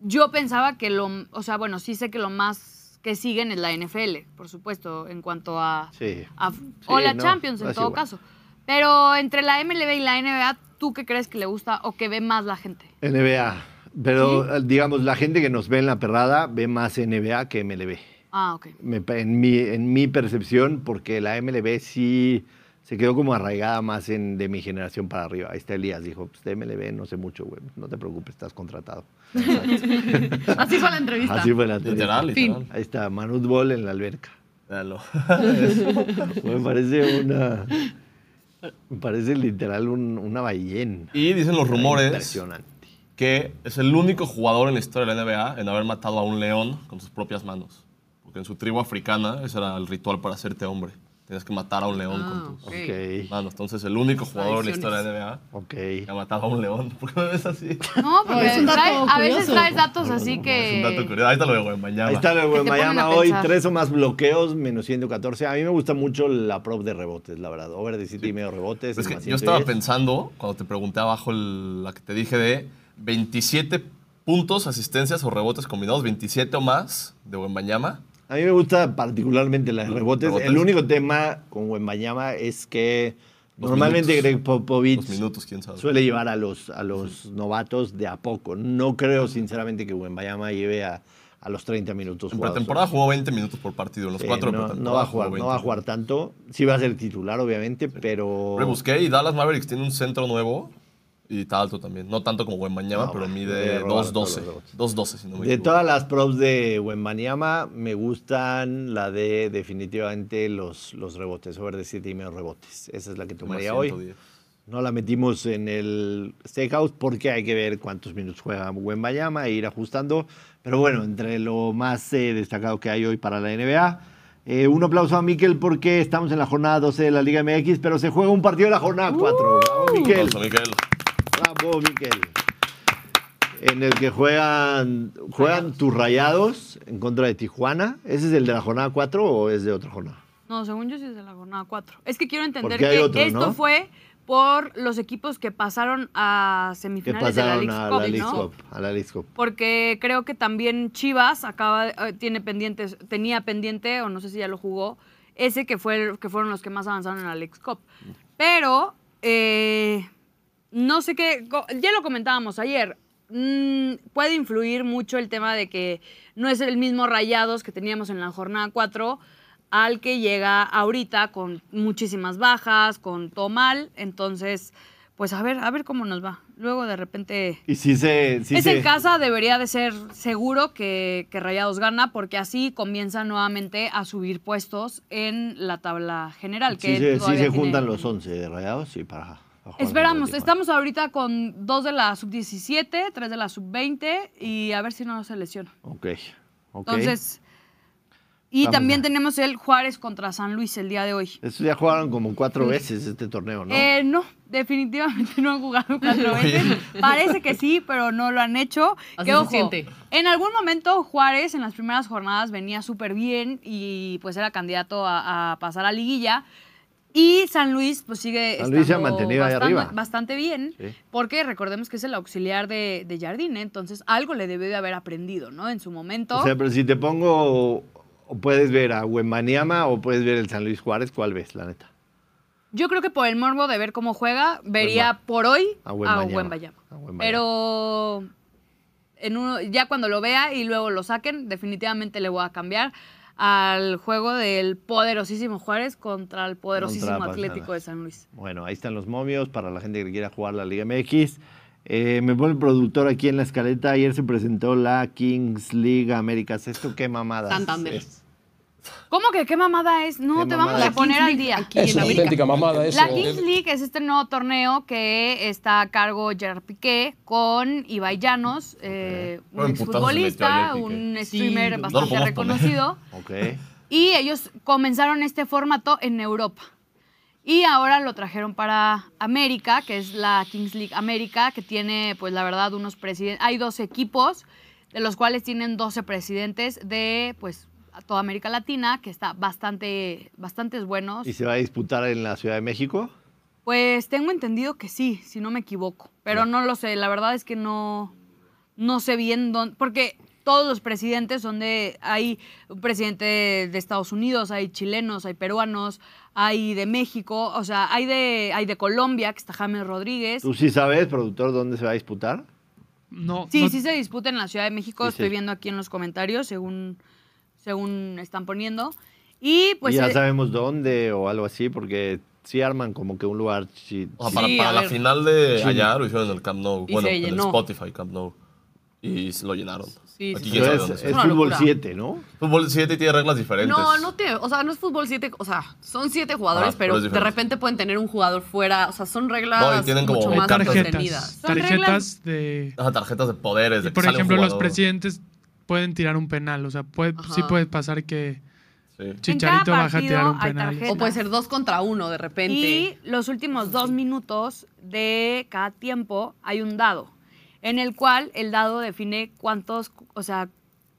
Speaker 2: yo pensaba que lo, o sea, bueno, sí sé que lo más que siguen es la NFL, por supuesto, en cuanto a,
Speaker 1: Sí.
Speaker 2: a- o
Speaker 1: Sí,
Speaker 2: la
Speaker 1: no,
Speaker 2: Champions en
Speaker 1: es
Speaker 2: todo
Speaker 1: igual.
Speaker 2: caso. Pero entre la MLB y la NBA, ¿tú qué crees que le gusta o que ve más la gente?
Speaker 1: NBA. Pero eh, digamos, la gente que nos ve en la perrada ve más NBA que MLB.
Speaker 2: Ah, ok.
Speaker 1: Me pa- en, mi, en mi percepción, porque la MLB sí se quedó como arraigada más en, de mi generación para arriba. Ahí está Elías, dijo, pues de MLB no sé mucho, güey, no te preocupes, estás contratado.
Speaker 5: Así fue la entrevista.
Speaker 1: Así fue la entrevista.
Speaker 4: Literal, literal.
Speaker 1: Ahí está, Manut Ball en la alberca.
Speaker 4: Véanlo.
Speaker 1: Me parece una... Me parece literal un- una ballena.
Speaker 4: y dicen los rumores
Speaker 1: Impresionante.
Speaker 4: que es el único jugador en la historia de la NBA en haber matado a un león con sus propias manos. Porque en su tribu africana ese era el ritual para hacerte hombre. Tenías que matar a un león
Speaker 5: Ah,
Speaker 4: con tus
Speaker 5: ok.
Speaker 1: Ok,
Speaker 4: manos. Entonces, el único jugador en la historia de la NBA
Speaker 1: ok.
Speaker 4: que ha matado a un león. ¿Por qué me ves así?
Speaker 2: No, porque
Speaker 6: es un dato
Speaker 2: trae- a veces
Speaker 6: curioso.
Speaker 2: traes datos así que.
Speaker 4: Es un dato curioso. Ahí te lo digo, en mañana.
Speaker 1: Ahí está el
Speaker 2: Que
Speaker 1: buen
Speaker 2: te ponen
Speaker 1: Miami
Speaker 2: a
Speaker 1: hoy,
Speaker 2: pensar.
Speaker 1: tres o más bloqueos, menos 114. A mí me gusta mucho la prop de rebotes, la verdad. Over de 7 y medio rebotes.
Speaker 4: Es
Speaker 1: el
Speaker 4: que
Speaker 1: más
Speaker 4: yo estaba
Speaker 1: 110.
Speaker 4: pensando, cuando te pregunté abajo el- la que te dije de 27 puntos, asistencias o rebotes combinados, 27 o más de Wembanyama.
Speaker 1: A mí me gusta particularmente las rebotes.
Speaker 4: Rebotes.
Speaker 1: El único tema con Wembanyama es que
Speaker 4: Los
Speaker 1: normalmente
Speaker 4: minutos.
Speaker 1: Greg Popovich
Speaker 4: Dos minutos, quién sabe.
Speaker 1: suele llevar a los, a los novatos de a poco. No creo sinceramente que Wembanyama lleve a, a los 30 minutos.
Speaker 4: en
Speaker 1: jugados.
Speaker 4: pretemporada jugó 20 minutos por partido, en los
Speaker 1: Sí,
Speaker 4: cuatro de
Speaker 1: no,
Speaker 4: pretemporada
Speaker 1: no va a jugar,
Speaker 4: jugó
Speaker 1: no va a
Speaker 4: 20.
Speaker 1: jugar tanto. Sí va a ser titular, obviamente, pero...
Speaker 4: Rebusqué y Dallas Mavericks tiene un centro nuevo y está alto también. No tanto como Wembanyama,
Speaker 1: No,
Speaker 4: pero
Speaker 1: bueno,
Speaker 4: mide
Speaker 1: le robaron todos
Speaker 4: 2.12.
Speaker 1: los rebotes.
Speaker 4: 2.12, si no me
Speaker 1: De
Speaker 4: equivoco.
Speaker 1: todas las props de Wembanyama, me gustan la de definitivamente los, los rebotes, over de 7 y medio rebotes. Esa es la que tomaría
Speaker 4: Más
Speaker 1: hoy.
Speaker 4: 110.
Speaker 1: No la metimos en el stakeout porque hay que ver cuántos minutos juega Wembanyama e ir ajustando. Pero bueno, entre lo más eh, destacado que hay hoy para la NBA. eh, un aplauso a Miquel porque estamos en la jornada 12 de la Liga MX, pero se juega un partido de la jornada 4. ¡Bravo, Miquel!
Speaker 4: Vamos a Miquel.
Speaker 1: Bravo, Ah, Miquel. En el que juegan, juegan tus rayados en contra de Tijuana. ¿Ese es el de la jornada 4 o es de otra jornada?
Speaker 2: No, según yo sí es de la jornada 4. Es que quiero entender
Speaker 1: Porque hay
Speaker 2: que
Speaker 1: otro,
Speaker 2: esto
Speaker 1: ¿no?
Speaker 2: fue por los equipos que pasaron a
Speaker 1: Que
Speaker 2: semifinales de la
Speaker 1: pasaron
Speaker 2: League's
Speaker 1: a
Speaker 2: Cup,
Speaker 1: la League
Speaker 2: ¿no?
Speaker 1: Cup. A la League's Cup.
Speaker 2: Porque creo que también Chivas acaba eh, tiene pendientes, tenía pendiente o no sé si ya lo jugó ese que fue el- que fueron los que más avanzaron en la League's Cup. Pero eh, no sé qué, co- ya lo comentábamos ayer. mm, puede influir mucho el tema de que no es el mismo Rayados que teníamos en la jornada 4 al que llega ahorita con muchísimas bajas, con todo mal. Entonces, pues a ver, a ver cómo nos va. Luego de repente
Speaker 1: Y sí se. sí
Speaker 2: es
Speaker 1: se-
Speaker 2: en casa, debería de ser seguro que, que Rayados gana, porque así comienza nuevamente a subir puestos en la tabla general.
Speaker 1: Sí
Speaker 2: Que
Speaker 1: se, sí
Speaker 2: todavía
Speaker 1: se
Speaker 2: tiene-
Speaker 1: juntan los 11 de rayados y para. para jugar contra
Speaker 2: Esperamos,
Speaker 1: Tijuana.
Speaker 2: estamos ahorita con dos de la sub-17, tres de la sub-20 y a ver si no se lesiona.
Speaker 1: Ok. ok.
Speaker 2: Entonces, y
Speaker 1: Vamos
Speaker 2: también
Speaker 1: a-
Speaker 2: tenemos el Juárez contra San Luis el día de hoy.
Speaker 1: Estos ya jugaron como cuatro veces este torneo, ¿no?
Speaker 2: Eh, no, definitivamente no han jugado cuatro
Speaker 4: Oye.
Speaker 2: veces. Parece que sí, pero no lo han hecho.
Speaker 5: Así
Speaker 2: Que,
Speaker 5: se
Speaker 2: ojo,
Speaker 5: siente.
Speaker 2: En algún momento Juárez en las primeras jornadas venía súper bien y pues era candidato a, a pasar a liguilla. Y San Luis pues sigue
Speaker 1: San Luis se ha
Speaker 2: estando
Speaker 1: mantenido ahí
Speaker 2: bastante,
Speaker 1: arriba.
Speaker 2: bastante bien,
Speaker 1: Sí.
Speaker 2: porque recordemos que es el auxiliar de, de Jardine, entonces algo le debió de haber aprendido, ¿no? En su momento.
Speaker 1: O sea, pero si te pongo. o Puedes ver a Wembaniama o puedes ver el San Luis Juárez, ¿cuál ves, la neta?
Speaker 2: Yo creo que por el morbo de ver cómo juega, vería por hoy
Speaker 1: A
Speaker 2: a
Speaker 1: Wembanyama.
Speaker 2: Ah, Wembanyama.
Speaker 1: A Wembanyama.
Speaker 2: Pero en uno, ya cuando lo vea y luego lo saquen, definitivamente le voy a cambiar al juego del poderosísimo Juárez contra el poderosísimo
Speaker 1: Pasadas.
Speaker 2: Atlético de San Luis.
Speaker 1: Bueno, ahí están los momios para la gente que quiera jugar la Liga MX. Eh, me pone el productor aquí en la escaleta. Ayer se presentó la Kings League Américas. ¿Esto qué mamada?
Speaker 5: Santander.
Speaker 2: ¿Cómo que qué mamada es? No,
Speaker 1: Qué
Speaker 2: te
Speaker 1: mamada.
Speaker 2: vamos
Speaker 1: La
Speaker 2: a poner al día.
Speaker 5: Aquí en América.
Speaker 7: mamada
Speaker 2: La Kings League es este nuevo torneo que está a cargo Gerard Piqué con Ibai Llanos, eh,
Speaker 4: Buen
Speaker 2: un
Speaker 4: putazo se metió
Speaker 2: exfutbolista,
Speaker 4: ayer Piqué.
Speaker 2: un
Speaker 5: Sí,
Speaker 2: streamer
Speaker 5: no lo
Speaker 2: bastante
Speaker 4: podemos poner.
Speaker 2: reconocido.
Speaker 1: Ok.
Speaker 2: Y ellos comenzaron este formato en Europa. Y ahora lo trajeron para América, que es la Kings League América, que tiene, pues la verdad, unos presidentes. Hay dos equipos, de los cuales tienen 12 presidentes de, pues, a toda América Latina, que está bastante, bastantes buenos.
Speaker 1: ¿Y se va a disputar en la Ciudad de México?
Speaker 2: Pues tengo entendido que sí, si no me equivoco. Pero no lo sé, la verdad es que no, no sé bien dónde. Porque todos los presidentes son de. Hay un presidente de Estados Unidos, hay chilenos, hay peruanos, hay de México, o sea, hay de, hay de Colombia, que está James Rodríguez.
Speaker 1: ¿Tú sí sabes, productor, dónde se va a disputar?
Speaker 3: No,
Speaker 2: Sí,
Speaker 3: no-
Speaker 2: sí se disputa en la Ciudad de México,
Speaker 1: Sí,
Speaker 2: estoy
Speaker 1: sí.
Speaker 2: viendo aquí en los comentarios, según, según están poniendo. Y pues.
Speaker 1: Y ya
Speaker 2: eh,
Speaker 1: sabemos dónde o algo así, porque sí arman como que un lugar. chi-
Speaker 4: O sea,
Speaker 5: Sí,
Speaker 4: para, para
Speaker 5: a
Speaker 4: la
Speaker 5: ver.
Speaker 4: final de allá lo hicieron en el Camp Nou.
Speaker 5: Y
Speaker 4: bueno,
Speaker 5: se
Speaker 4: en el
Speaker 5: llenó.
Speaker 4: Spotify Camp Nou. Y y se lo llenaron.
Speaker 5: Sí, sí,
Speaker 4: Aquí
Speaker 5: sí.
Speaker 1: Pero
Speaker 4: quién sabe
Speaker 1: es,
Speaker 4: dónde
Speaker 1: es
Speaker 4: sea.
Speaker 5: una
Speaker 1: fútbol
Speaker 5: locura.
Speaker 1: 7, ¿no?
Speaker 4: Fútbol 7 tiene reglas diferentes.
Speaker 5: No, no te, o sea, no es fútbol 7, o sea, son 7 jugadores,
Speaker 4: Ah, pero
Speaker 5: pero
Speaker 4: es
Speaker 5: de
Speaker 4: diferente.
Speaker 5: repente pueden tener un jugador fuera, o sea, son
Speaker 4: No,
Speaker 5: reglas
Speaker 4: y tienen como
Speaker 5: mucho
Speaker 4: Hay
Speaker 5: más
Speaker 3: tarjetas.
Speaker 5: sostenidas.
Speaker 2: Son
Speaker 3: Tarjetas de.
Speaker 4: Ajá, tarjetas de poderes,
Speaker 3: y
Speaker 4: de que
Speaker 3: por
Speaker 4: sale un
Speaker 3: ejemplo, los
Speaker 4: jugador.
Speaker 3: presidentes pueden tirar un penal. O sea, puede, sí
Speaker 5: Ajá.
Speaker 3: puede pasar que
Speaker 4: Sí.
Speaker 3: Chicharito
Speaker 2: cada
Speaker 3: baja a tirar un
Speaker 2: partido hay
Speaker 3: penal.
Speaker 2: tarjeta.
Speaker 5: O puede ser dos contra uno de repente.
Speaker 2: Y los últimos dos minutos de cada tiempo hay un dado, en el cual el dado define cuántos, o sea,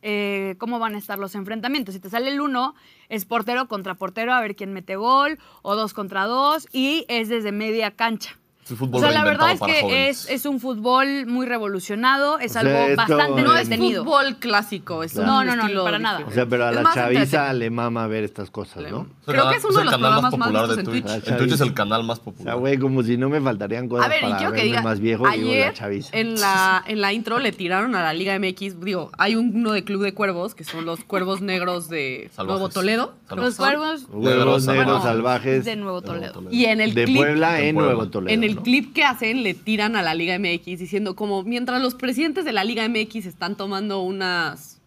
Speaker 2: eh, cómo van a estar los enfrentamientos. Si te sale el uno, es portero contra portero, a ver quién mete gol, o dos contra dos, y es desde media cancha.
Speaker 4: Es un fútbol
Speaker 2: O sea, la verdad
Speaker 4: reinventado
Speaker 2: es
Speaker 4: para
Speaker 2: que
Speaker 4: jóvenes.
Speaker 2: es, es un fútbol muy revolucionado, es
Speaker 1: O sea,
Speaker 2: algo
Speaker 1: esto
Speaker 2: bastante
Speaker 5: no es
Speaker 2: entretenido.
Speaker 5: fútbol clásico, es un
Speaker 1: Claro.
Speaker 2: No, no, no,
Speaker 5: estilo
Speaker 2: para nada.
Speaker 1: O
Speaker 5: diferente.
Speaker 1: sea, pero a
Speaker 5: Es
Speaker 1: la
Speaker 5: más
Speaker 1: chaviza
Speaker 5: entreten-
Speaker 1: le mama ver estas cosas, ¿no?
Speaker 5: Creo
Speaker 4: el
Speaker 5: que es uno de
Speaker 4: el
Speaker 5: los
Speaker 4: canal
Speaker 5: programas más
Speaker 4: popular
Speaker 5: vistos
Speaker 1: Ah,
Speaker 5: en
Speaker 4: de Twitch.
Speaker 5: Twitch.
Speaker 4: En Twitch es el canal más
Speaker 1: O sea,
Speaker 4: popular.
Speaker 1: güey, como si no me faltarían cosas
Speaker 5: A ver, y
Speaker 1: para
Speaker 5: quiero que
Speaker 1: verme
Speaker 5: diga,
Speaker 1: más viejo, digo, la
Speaker 5: ayer
Speaker 1: chaviza.
Speaker 5: en la, en la intro le tiraron a la Liga MX, digo, hay uno de Club de Cuervos, que son los Cuervos Negros de
Speaker 4: Salvajes.
Speaker 5: Nuevo Toledo.
Speaker 4: Salvajes.
Speaker 5: creo que
Speaker 2: Los
Speaker 5: son.
Speaker 2: cuervos
Speaker 1: Huevos
Speaker 4: Bueno,
Speaker 1: negros
Speaker 4: no,
Speaker 1: salvajes
Speaker 2: de Nuevo
Speaker 4: Nuevo
Speaker 2: Toledo.
Speaker 4: Toledo.
Speaker 5: Y en el
Speaker 1: de
Speaker 5: clip,
Speaker 1: Puebla
Speaker 4: En
Speaker 1: en
Speaker 4: Puebla.
Speaker 1: Nuevo Toledo.
Speaker 5: en el
Speaker 1: ¿no?
Speaker 5: clip que hacen le tiran a la Liga MX diciendo como, mientras los presidentes de la Liga MX están tomando unas,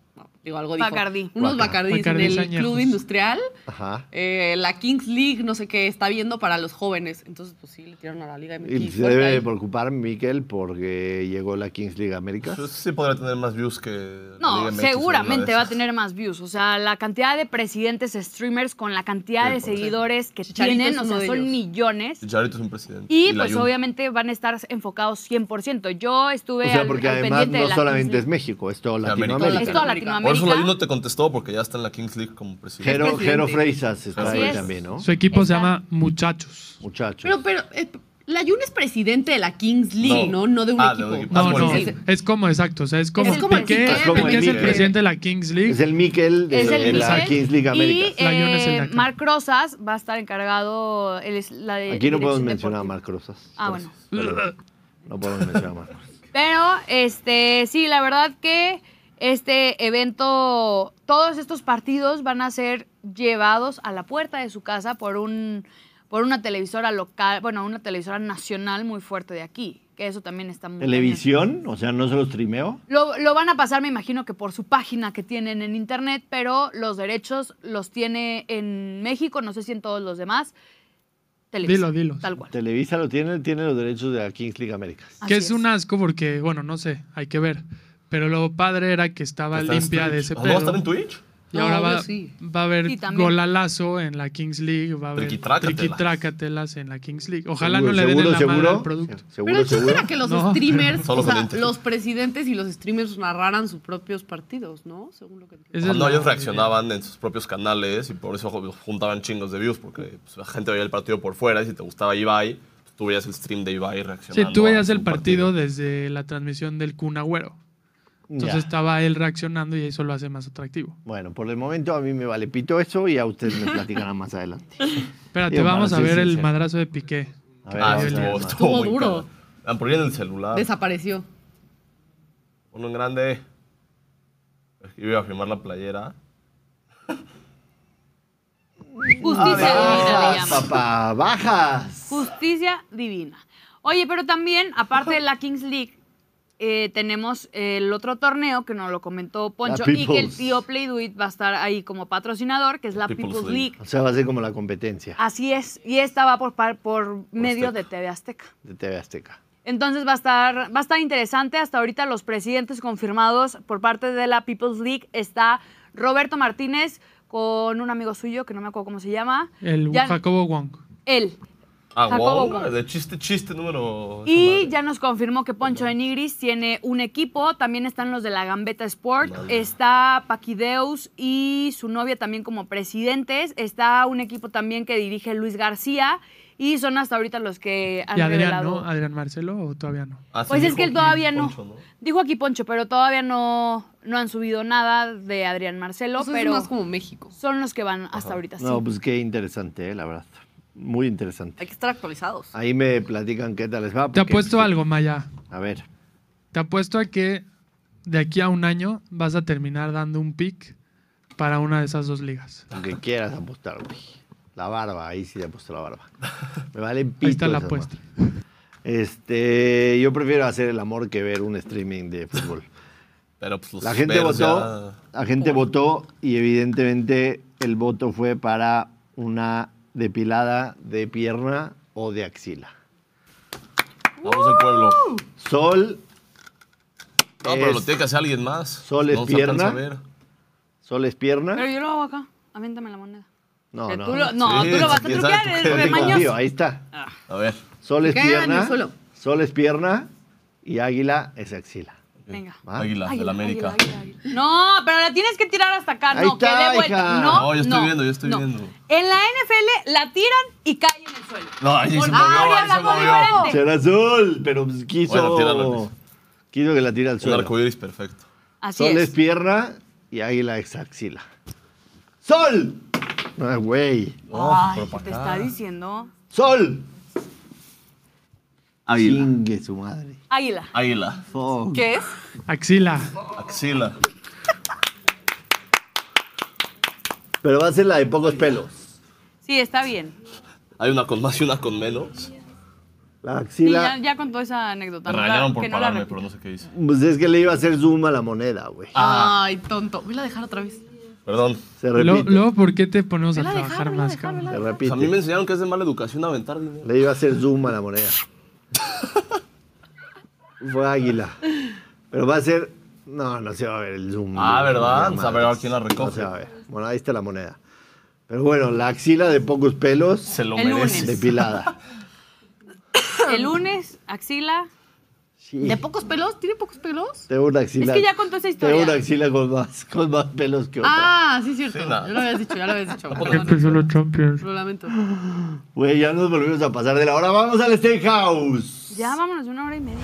Speaker 5: digo, algo dijo,
Speaker 2: Bacardí.
Speaker 5: unos
Speaker 1: Bacardí.
Speaker 5: Bacardís en
Speaker 3: Bacardís
Speaker 5: el
Speaker 3: añejos.
Speaker 5: Club Industrial,
Speaker 1: Ajá.
Speaker 5: eh, la Kings League, no sé qué, está viendo para los jóvenes. Entonces, pues sí, le tiraron a la Liga MX.
Speaker 1: Y se
Speaker 5: fuerte
Speaker 1: debe
Speaker 5: ahí.
Speaker 1: de preocupar Miquel porque llegó la Kings League América.
Speaker 4: Pues Sí podría tener más views que... la
Speaker 2: No,
Speaker 4: Liga MX, alguna
Speaker 2: seguramente
Speaker 4: de
Speaker 2: va a
Speaker 4: esas.
Speaker 2: tener más views. O sea, la cantidad de presidentes streamers con la cantidad
Speaker 4: Sí,
Speaker 2: de
Speaker 4: por
Speaker 2: seguidores que
Speaker 5: Chicharito
Speaker 2: tienen,
Speaker 5: es
Speaker 2: o
Speaker 5: uno
Speaker 2: sea,
Speaker 5: de
Speaker 2: son
Speaker 5: ellos.
Speaker 2: millones.
Speaker 4: Chicharito es un presidente.
Speaker 2: Y
Speaker 4: la
Speaker 2: pues
Speaker 4: Jun.
Speaker 2: obviamente van a estar enfocados 100%. Yo estuve
Speaker 1: O sea,
Speaker 2: al-
Speaker 1: porque
Speaker 2: al
Speaker 1: además
Speaker 2: pendiente de
Speaker 1: no
Speaker 2: la
Speaker 1: solamente es
Speaker 2: Kings
Speaker 1: México, es todo
Speaker 4: sea, América.
Speaker 1: Latinoamérica.
Speaker 2: League. es toda
Speaker 4: Por
Speaker 2: Latinoamérica.
Speaker 4: eso la Jun no te contestó porque ya está en la Kings League como presidente.
Speaker 1: Jero,
Speaker 5: presidente.
Speaker 1: Jero Freisas está
Speaker 4: Así
Speaker 1: ahí
Speaker 2: es.
Speaker 1: también, ¿no?
Speaker 3: Su equipo se
Speaker 2: Está-
Speaker 3: llama Muchachos.
Speaker 1: Muchachos.
Speaker 5: Pero, pero, eh, la Jun es presidente de la Kings League,
Speaker 4: No.
Speaker 5: ¿no? No, de un
Speaker 4: Ah, de
Speaker 5: equipo.
Speaker 4: un equipo. Ah,
Speaker 3: No,
Speaker 4: bueno,
Speaker 3: no,
Speaker 4: sí.
Speaker 5: Es-
Speaker 3: es como exacto, o sea, es como,
Speaker 5: Es como el
Speaker 3: Piqué,
Speaker 5: Piqué,
Speaker 3: Piqué es,
Speaker 1: Es como el
Speaker 3: el
Speaker 1: Piqué.
Speaker 3: presidente de la Kings League.
Speaker 1: es el Miquel de,
Speaker 2: Es el
Speaker 1: de la
Speaker 2: Miquel.
Speaker 1: Kings League
Speaker 2: Y
Speaker 1: América.
Speaker 3: La Jun es el de
Speaker 2: eh,
Speaker 3: acá.
Speaker 2: Marc Rosas va a estar encargado. él es la de-
Speaker 1: Aquí no
Speaker 2: dirección
Speaker 1: podemos mencionar a
Speaker 2: deportiva.
Speaker 1: Marc Rosas.
Speaker 2: Ah, bueno.
Speaker 1: Perdón. No podemos mencionar a Marc Rosas.
Speaker 2: Pero, este, sí, la verdad que este evento, todos estos partidos van a ser llevados a la puerta de su casa por un por una televisora local, bueno, una televisora nacional muy fuerte de aquí, que eso también está muy
Speaker 1: Televisión, o sea, no se los trimeo.
Speaker 2: lo, lo van a pasar, me imagino que por su página que tienen en internet, pero los derechos los tiene en México, no sé si en todos los demás. Televisa,
Speaker 3: Dilo, dilo.
Speaker 2: Tal cual.
Speaker 1: Televisa lo tiene, tiene los derechos de la Kings League América.
Speaker 3: Que
Speaker 2: Así
Speaker 3: es, un asco porque, bueno, no sé, hay que ver. Pero lo padre era que estaba
Speaker 4: Está en
Speaker 3: limpia de
Speaker 4: Twitch.
Speaker 3: ese
Speaker 4: ¿Ah, ¿No va a estar
Speaker 3: pedo.
Speaker 4: en Twitch?
Speaker 3: Y
Speaker 5: No,
Speaker 3: ahora
Speaker 5: obvio,
Speaker 3: va,
Speaker 5: sí.
Speaker 3: va a haber
Speaker 2: Sí, también.
Speaker 3: golalazo en la Kings League, va a haber
Speaker 4: Triquitracatelas.
Speaker 3: triquitracatelas en la Kings League. Ojalá no le den en la madre al producto.
Speaker 1: Seguro,
Speaker 5: Pero el chiste
Speaker 1: seguro.
Speaker 5: era que los
Speaker 3: No,
Speaker 5: streamers,
Speaker 4: Solo
Speaker 5: o sea,
Speaker 4: caliente.
Speaker 5: los presidentes y los streamers narraran sus propios partidos, ¿no? Según lo que entiendo.
Speaker 3: Esa
Speaker 4: Ah,
Speaker 3: es
Speaker 4: no,
Speaker 3: la
Speaker 4: ellos
Speaker 3: idea.
Speaker 4: reaccionaban en sus propios canales y por eso juntaban chingos de views porque pues, la gente veía el partido por fuera y si te gustaba Ibai, pues, tú veías el stream de Ibai
Speaker 3: Sí,
Speaker 4: reaccionando.
Speaker 3: tú veías
Speaker 4: a
Speaker 3: el
Speaker 4: su
Speaker 3: partido desde la transmisión del Kun Agüero. Entonces
Speaker 1: Ya.
Speaker 3: estaba él reaccionando y eso lo hace más atractivo.
Speaker 1: Bueno, por el momento a mí me vale pito eso y a ustedes me platicarán más adelante.
Speaker 3: Espérate,
Speaker 1: Digo,
Speaker 3: vamos
Speaker 1: para
Speaker 3: a
Speaker 1: ser
Speaker 3: ver el
Speaker 1: sincero.
Speaker 3: madrazo de Piqué.
Speaker 1: A
Speaker 4: Ah,
Speaker 1: vamos
Speaker 4: sí,
Speaker 1: a
Speaker 4: estuvo,
Speaker 1: más.
Speaker 4: estuvo
Speaker 5: Estuvo
Speaker 4: muy
Speaker 5: duro.
Speaker 4: cabrón. Ah, por ahí en el celular.
Speaker 5: Desapareció.
Speaker 4: Uno en grande. Iba a firmar la playera.
Speaker 2: Justicia
Speaker 3: Ah,
Speaker 2: divina le
Speaker 1: Bajas,
Speaker 2: llaman.
Speaker 1: papá, bajas.
Speaker 2: Justicia divina. Oye, pero también, aparte de la Kings League, eh, tenemos el otro torneo que nos lo comentó Poncho
Speaker 1: La
Speaker 2: y que el
Speaker 1: People's.
Speaker 2: tío Playduit va a estar ahí como patrocinador, que es la
Speaker 4: People's
Speaker 2: People's,
Speaker 4: League.
Speaker 2: League.
Speaker 1: O sea, va a ser como la competencia
Speaker 2: Así es, y esta va por, par- por medio
Speaker 4: Azteca.
Speaker 2: de TV Azteca.
Speaker 1: de TV Azteca.
Speaker 2: Entonces va a estar, va a estar interesante. Hasta ahorita los presidentes confirmados por parte de la People's League está Roberto Martínez con un amigo suyo que no me acuerdo cómo se llama.
Speaker 3: El
Speaker 2: Ya-
Speaker 3: Jacobo Wong.
Speaker 2: Él.
Speaker 4: Ah,
Speaker 2: Jacobo
Speaker 4: wow.
Speaker 2: Wong.
Speaker 4: De chiste, chiste número.
Speaker 2: Y
Speaker 4: esa madre.
Speaker 2: ya nos confirmó que Poncho de Nigris tiene un equipo, también están los de la Gambeta Sport, está Paquideus y su novia también como presidentes, está un equipo también que dirige Luis García y son hasta ahorita los que han
Speaker 3: Y Adrián,
Speaker 2: revelado.
Speaker 3: ¿no? Ah. Adrián Marcelo o todavía no.
Speaker 4: Ah, sí,
Speaker 2: Pues es
Speaker 4: dijo
Speaker 2: que él
Speaker 4: aquí
Speaker 2: todavía no,
Speaker 4: Poncho,
Speaker 2: Dijo aquí Poncho, pero todavía no, no han subido nada de Adrián Marcelo,
Speaker 5: Eso
Speaker 2: pero
Speaker 5: es más como México.
Speaker 2: son los que van hasta ahorita. sí.
Speaker 1: No, pues qué interesante, eh, la verdad. Muy interesante.
Speaker 5: Hay que estar actualizados.
Speaker 1: Ahí me platican qué tal les va. porque,
Speaker 3: Te apuesto
Speaker 1: pues,
Speaker 3: algo, Maya.
Speaker 1: A ver.
Speaker 3: Te apuesto a que de aquí a un año vas a terminar dando un pick para una de esas dos ligas.
Speaker 1: Lo que quieras apostar, güey. La barba, ahí sí te apuesto la barba. Me vale pito.
Speaker 3: Ahí está la
Speaker 1: esa
Speaker 3: apuesta.
Speaker 1: madre. Este, yo prefiero hacer el amor que ver un streaming de fútbol.
Speaker 4: Pero pues los
Speaker 1: La gente
Speaker 4: Bears
Speaker 1: votó,
Speaker 4: ya-
Speaker 1: la gente votó y evidentemente el voto fue para una depilada de pierna o de axila.
Speaker 4: Vamos al pueblo.
Speaker 2: Uh.
Speaker 1: Sol,
Speaker 4: No, pero lo
Speaker 1: Es-
Speaker 4: tiene que hacer alguien más.
Speaker 1: Sol es
Speaker 4: no se alcanza
Speaker 1: pierna.
Speaker 4: a ver.
Speaker 1: sol es pierna.
Speaker 2: Pero yo lo hago acá. Avéntame la moneda.
Speaker 1: No,
Speaker 2: Que
Speaker 1: no.
Speaker 2: tú lo- no,
Speaker 4: Sí,
Speaker 2: tú lo vas a
Speaker 4: quién sabe
Speaker 2: truquear,
Speaker 4: tú
Speaker 2: eres
Speaker 4: qué
Speaker 1: Yo te confío,
Speaker 2: remañoso.
Speaker 1: ahí está.
Speaker 4: A ver.
Speaker 1: Sol es
Speaker 5: Que caigan en
Speaker 1: pierna.
Speaker 5: el suelo.
Speaker 1: Sol es pierna y águila es axila.
Speaker 2: Venga.
Speaker 1: Ah.
Speaker 4: Águila, de la América.
Speaker 2: No, pero la tienes que tirar hasta acá.
Speaker 1: Ahí
Speaker 2: no, que
Speaker 1: está,
Speaker 2: dé vuelta.
Speaker 1: hija.
Speaker 2: No,
Speaker 4: No, yo estoy
Speaker 2: no,
Speaker 4: viendo, yo estoy
Speaker 2: no.
Speaker 4: viendo.
Speaker 2: En la NFL la tiran y cae en el suelo.
Speaker 4: No, ahí se movió,
Speaker 2: Ah, ya
Speaker 4: ahí se
Speaker 2: hablamos
Speaker 4: movió.
Speaker 2: diferente.
Speaker 1: Será sol, pero pues quiso.
Speaker 4: Bueno, tírala, Luis.
Speaker 1: quiso que la tire al
Speaker 4: Un
Speaker 1: suelo.
Speaker 4: arcoíris perfecto.
Speaker 2: Así
Speaker 1: Sol es.
Speaker 2: es.
Speaker 1: pierna y águila es axila. ¡Sol! Ah, güey.
Speaker 4: No,
Speaker 2: Ay,
Speaker 4: pero para
Speaker 2: te
Speaker 4: acá.
Speaker 2: está diciendo.
Speaker 1: ¡Sol!
Speaker 4: Águila.
Speaker 1: Chingue su madre.
Speaker 2: Águila.
Speaker 4: Águila.
Speaker 1: Fuck.
Speaker 5: ¿Qué es?
Speaker 3: Axila.
Speaker 4: Axila.
Speaker 1: Pero va a ser la de pocos pelos.
Speaker 2: Sí, está bien.
Speaker 4: Hay una con más y una con menos.
Speaker 1: La
Speaker 2: Sí,
Speaker 1: axila.
Speaker 2: ya, ya contó esa anécdota.
Speaker 4: Me
Speaker 2: no la-
Speaker 4: regañaron por
Speaker 2: que no la
Speaker 4: pararme,
Speaker 2: repita.
Speaker 4: pero no sé qué hice.
Speaker 1: Pues es que le iba a hacer zoom a la moneda, güey.
Speaker 4: Ah.
Speaker 5: Ay, tonto. Voy a dejar otra vez.
Speaker 4: Perdón.
Speaker 1: Se
Speaker 3: Luego,
Speaker 1: repite.
Speaker 3: luego, ¿por qué te ponemos a
Speaker 5: Vela,
Speaker 3: trabajar
Speaker 5: dejar, vela,
Speaker 3: más,
Speaker 5: dejar,
Speaker 3: cabrón?
Speaker 5: vela.
Speaker 1: Se
Speaker 4: O sea, Pues, a mí me
Speaker 1: repite.
Speaker 4: enseñaron que es de mala educación aventar dinero.
Speaker 1: Le iba a hacer zoom a la moneda. Fue águila. Pero va a ser. No, no se va a ver el zoom.
Speaker 4: Ah, ¿verdad?
Speaker 1: No,
Speaker 4: Pues a ver,
Speaker 1: madres.
Speaker 4: a ver quién la recoge.
Speaker 1: No se va a ver. Bueno, ahí está la moneda. Pero bueno, la axila de pocos pelos,
Speaker 4: Se lo
Speaker 2: El lunes.
Speaker 4: merece.
Speaker 1: depilada.
Speaker 2: El lunes, axila.
Speaker 1: Sí.
Speaker 5: ¿De pocos pelos? ¿Tiene pocos pelos?
Speaker 1: Tengo una axila.
Speaker 2: Es que ya contó esa
Speaker 1: Tengo una
Speaker 2: historia.
Speaker 1: axila con más, con más pelos que otra.
Speaker 5: Ah, sí, es cierto.
Speaker 4: Sí, nada.
Speaker 5: ya lo habías dicho, ya lo habías dicho.
Speaker 3: Que
Speaker 5: Perdón,
Speaker 3: empezó Pues los Champions.
Speaker 5: Lo lamento.
Speaker 1: Güey, ya nos volvimos a pasar de la hora. Vamos al Steakhouse.
Speaker 2: Ya vámonos, una hora y media.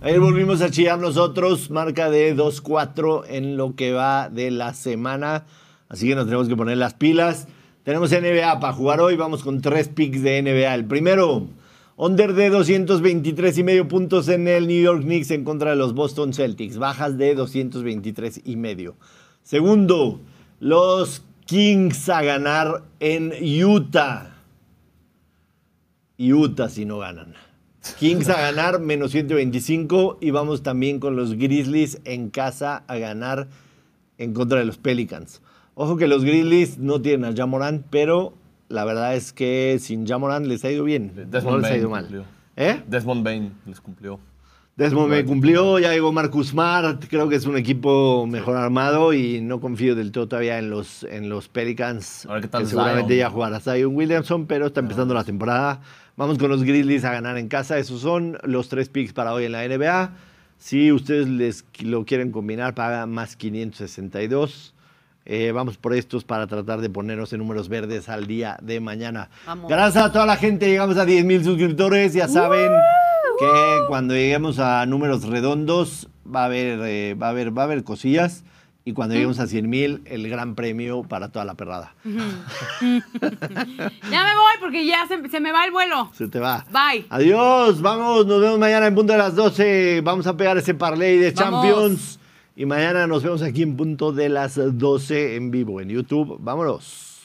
Speaker 1: Ayer volvimos a chillar nosotros, marca de 2-4 en lo que va de la semana. Así que nos tenemos que poner las pilas. Tenemos NBA para jugar hoy. Vamos con tres picks de NBA. El primero, under de 223 y medio puntos en el New York Knicks en contra de los Boston Celtics. Bajas de 223 y medio. Segundo, los Kings a ganar en Utah. Y Utah si no ganan. Kings a ganar menos 125 y vamos también con los Grizzlies en casa a ganar en contra de los Pelicans. Ojo que los Grizzlies no tienen a Jamoran, pero la verdad es que sin Jamoran les ha ido bien.
Speaker 4: Desmond
Speaker 1: no les ha
Speaker 4: Bane
Speaker 1: ido mal.
Speaker 4: cumplió.
Speaker 1: ¿Eh?
Speaker 4: Desmond Bain les cumplió.
Speaker 1: Desmond me cumplió, ya llegó Marcus Smart, creo que es un equipo mejor armado y no confío del todo todavía en los, en los Pelicans.
Speaker 4: A ver qué tal
Speaker 1: que seguramente
Speaker 4: Zion.
Speaker 1: ya jugará Zion Williamson, pero está empezando la temporada. Vamos con los Grizzlies a ganar en casa. Esos son los tres picks para hoy en la NBA. Si ustedes les qui- lo quieren combinar, paga más 562. Eh, vamos por estos para tratar de ponernos en números verdes al día de mañana.
Speaker 5: Vamos.
Speaker 1: Gracias a toda la gente, llegamos a 10.000 suscriptores, ya saben que cuando lleguemos a números redondos va a haber, eh, va a haber, va a haber cosillas y cuando lleguemos a 100.000 el gran premio para toda la perrada.
Speaker 2: Ya me voy porque ya se, se me va el vuelo.
Speaker 1: Se te va.
Speaker 2: Bye.
Speaker 1: Adiós, vamos, nos vemos mañana en punto de las 12. Vamos a pegar ese parlay de
Speaker 5: Vamos.
Speaker 1: Champions y mañana nos vemos aquí en punto de las 12 en vivo en YouTube. Vámonos.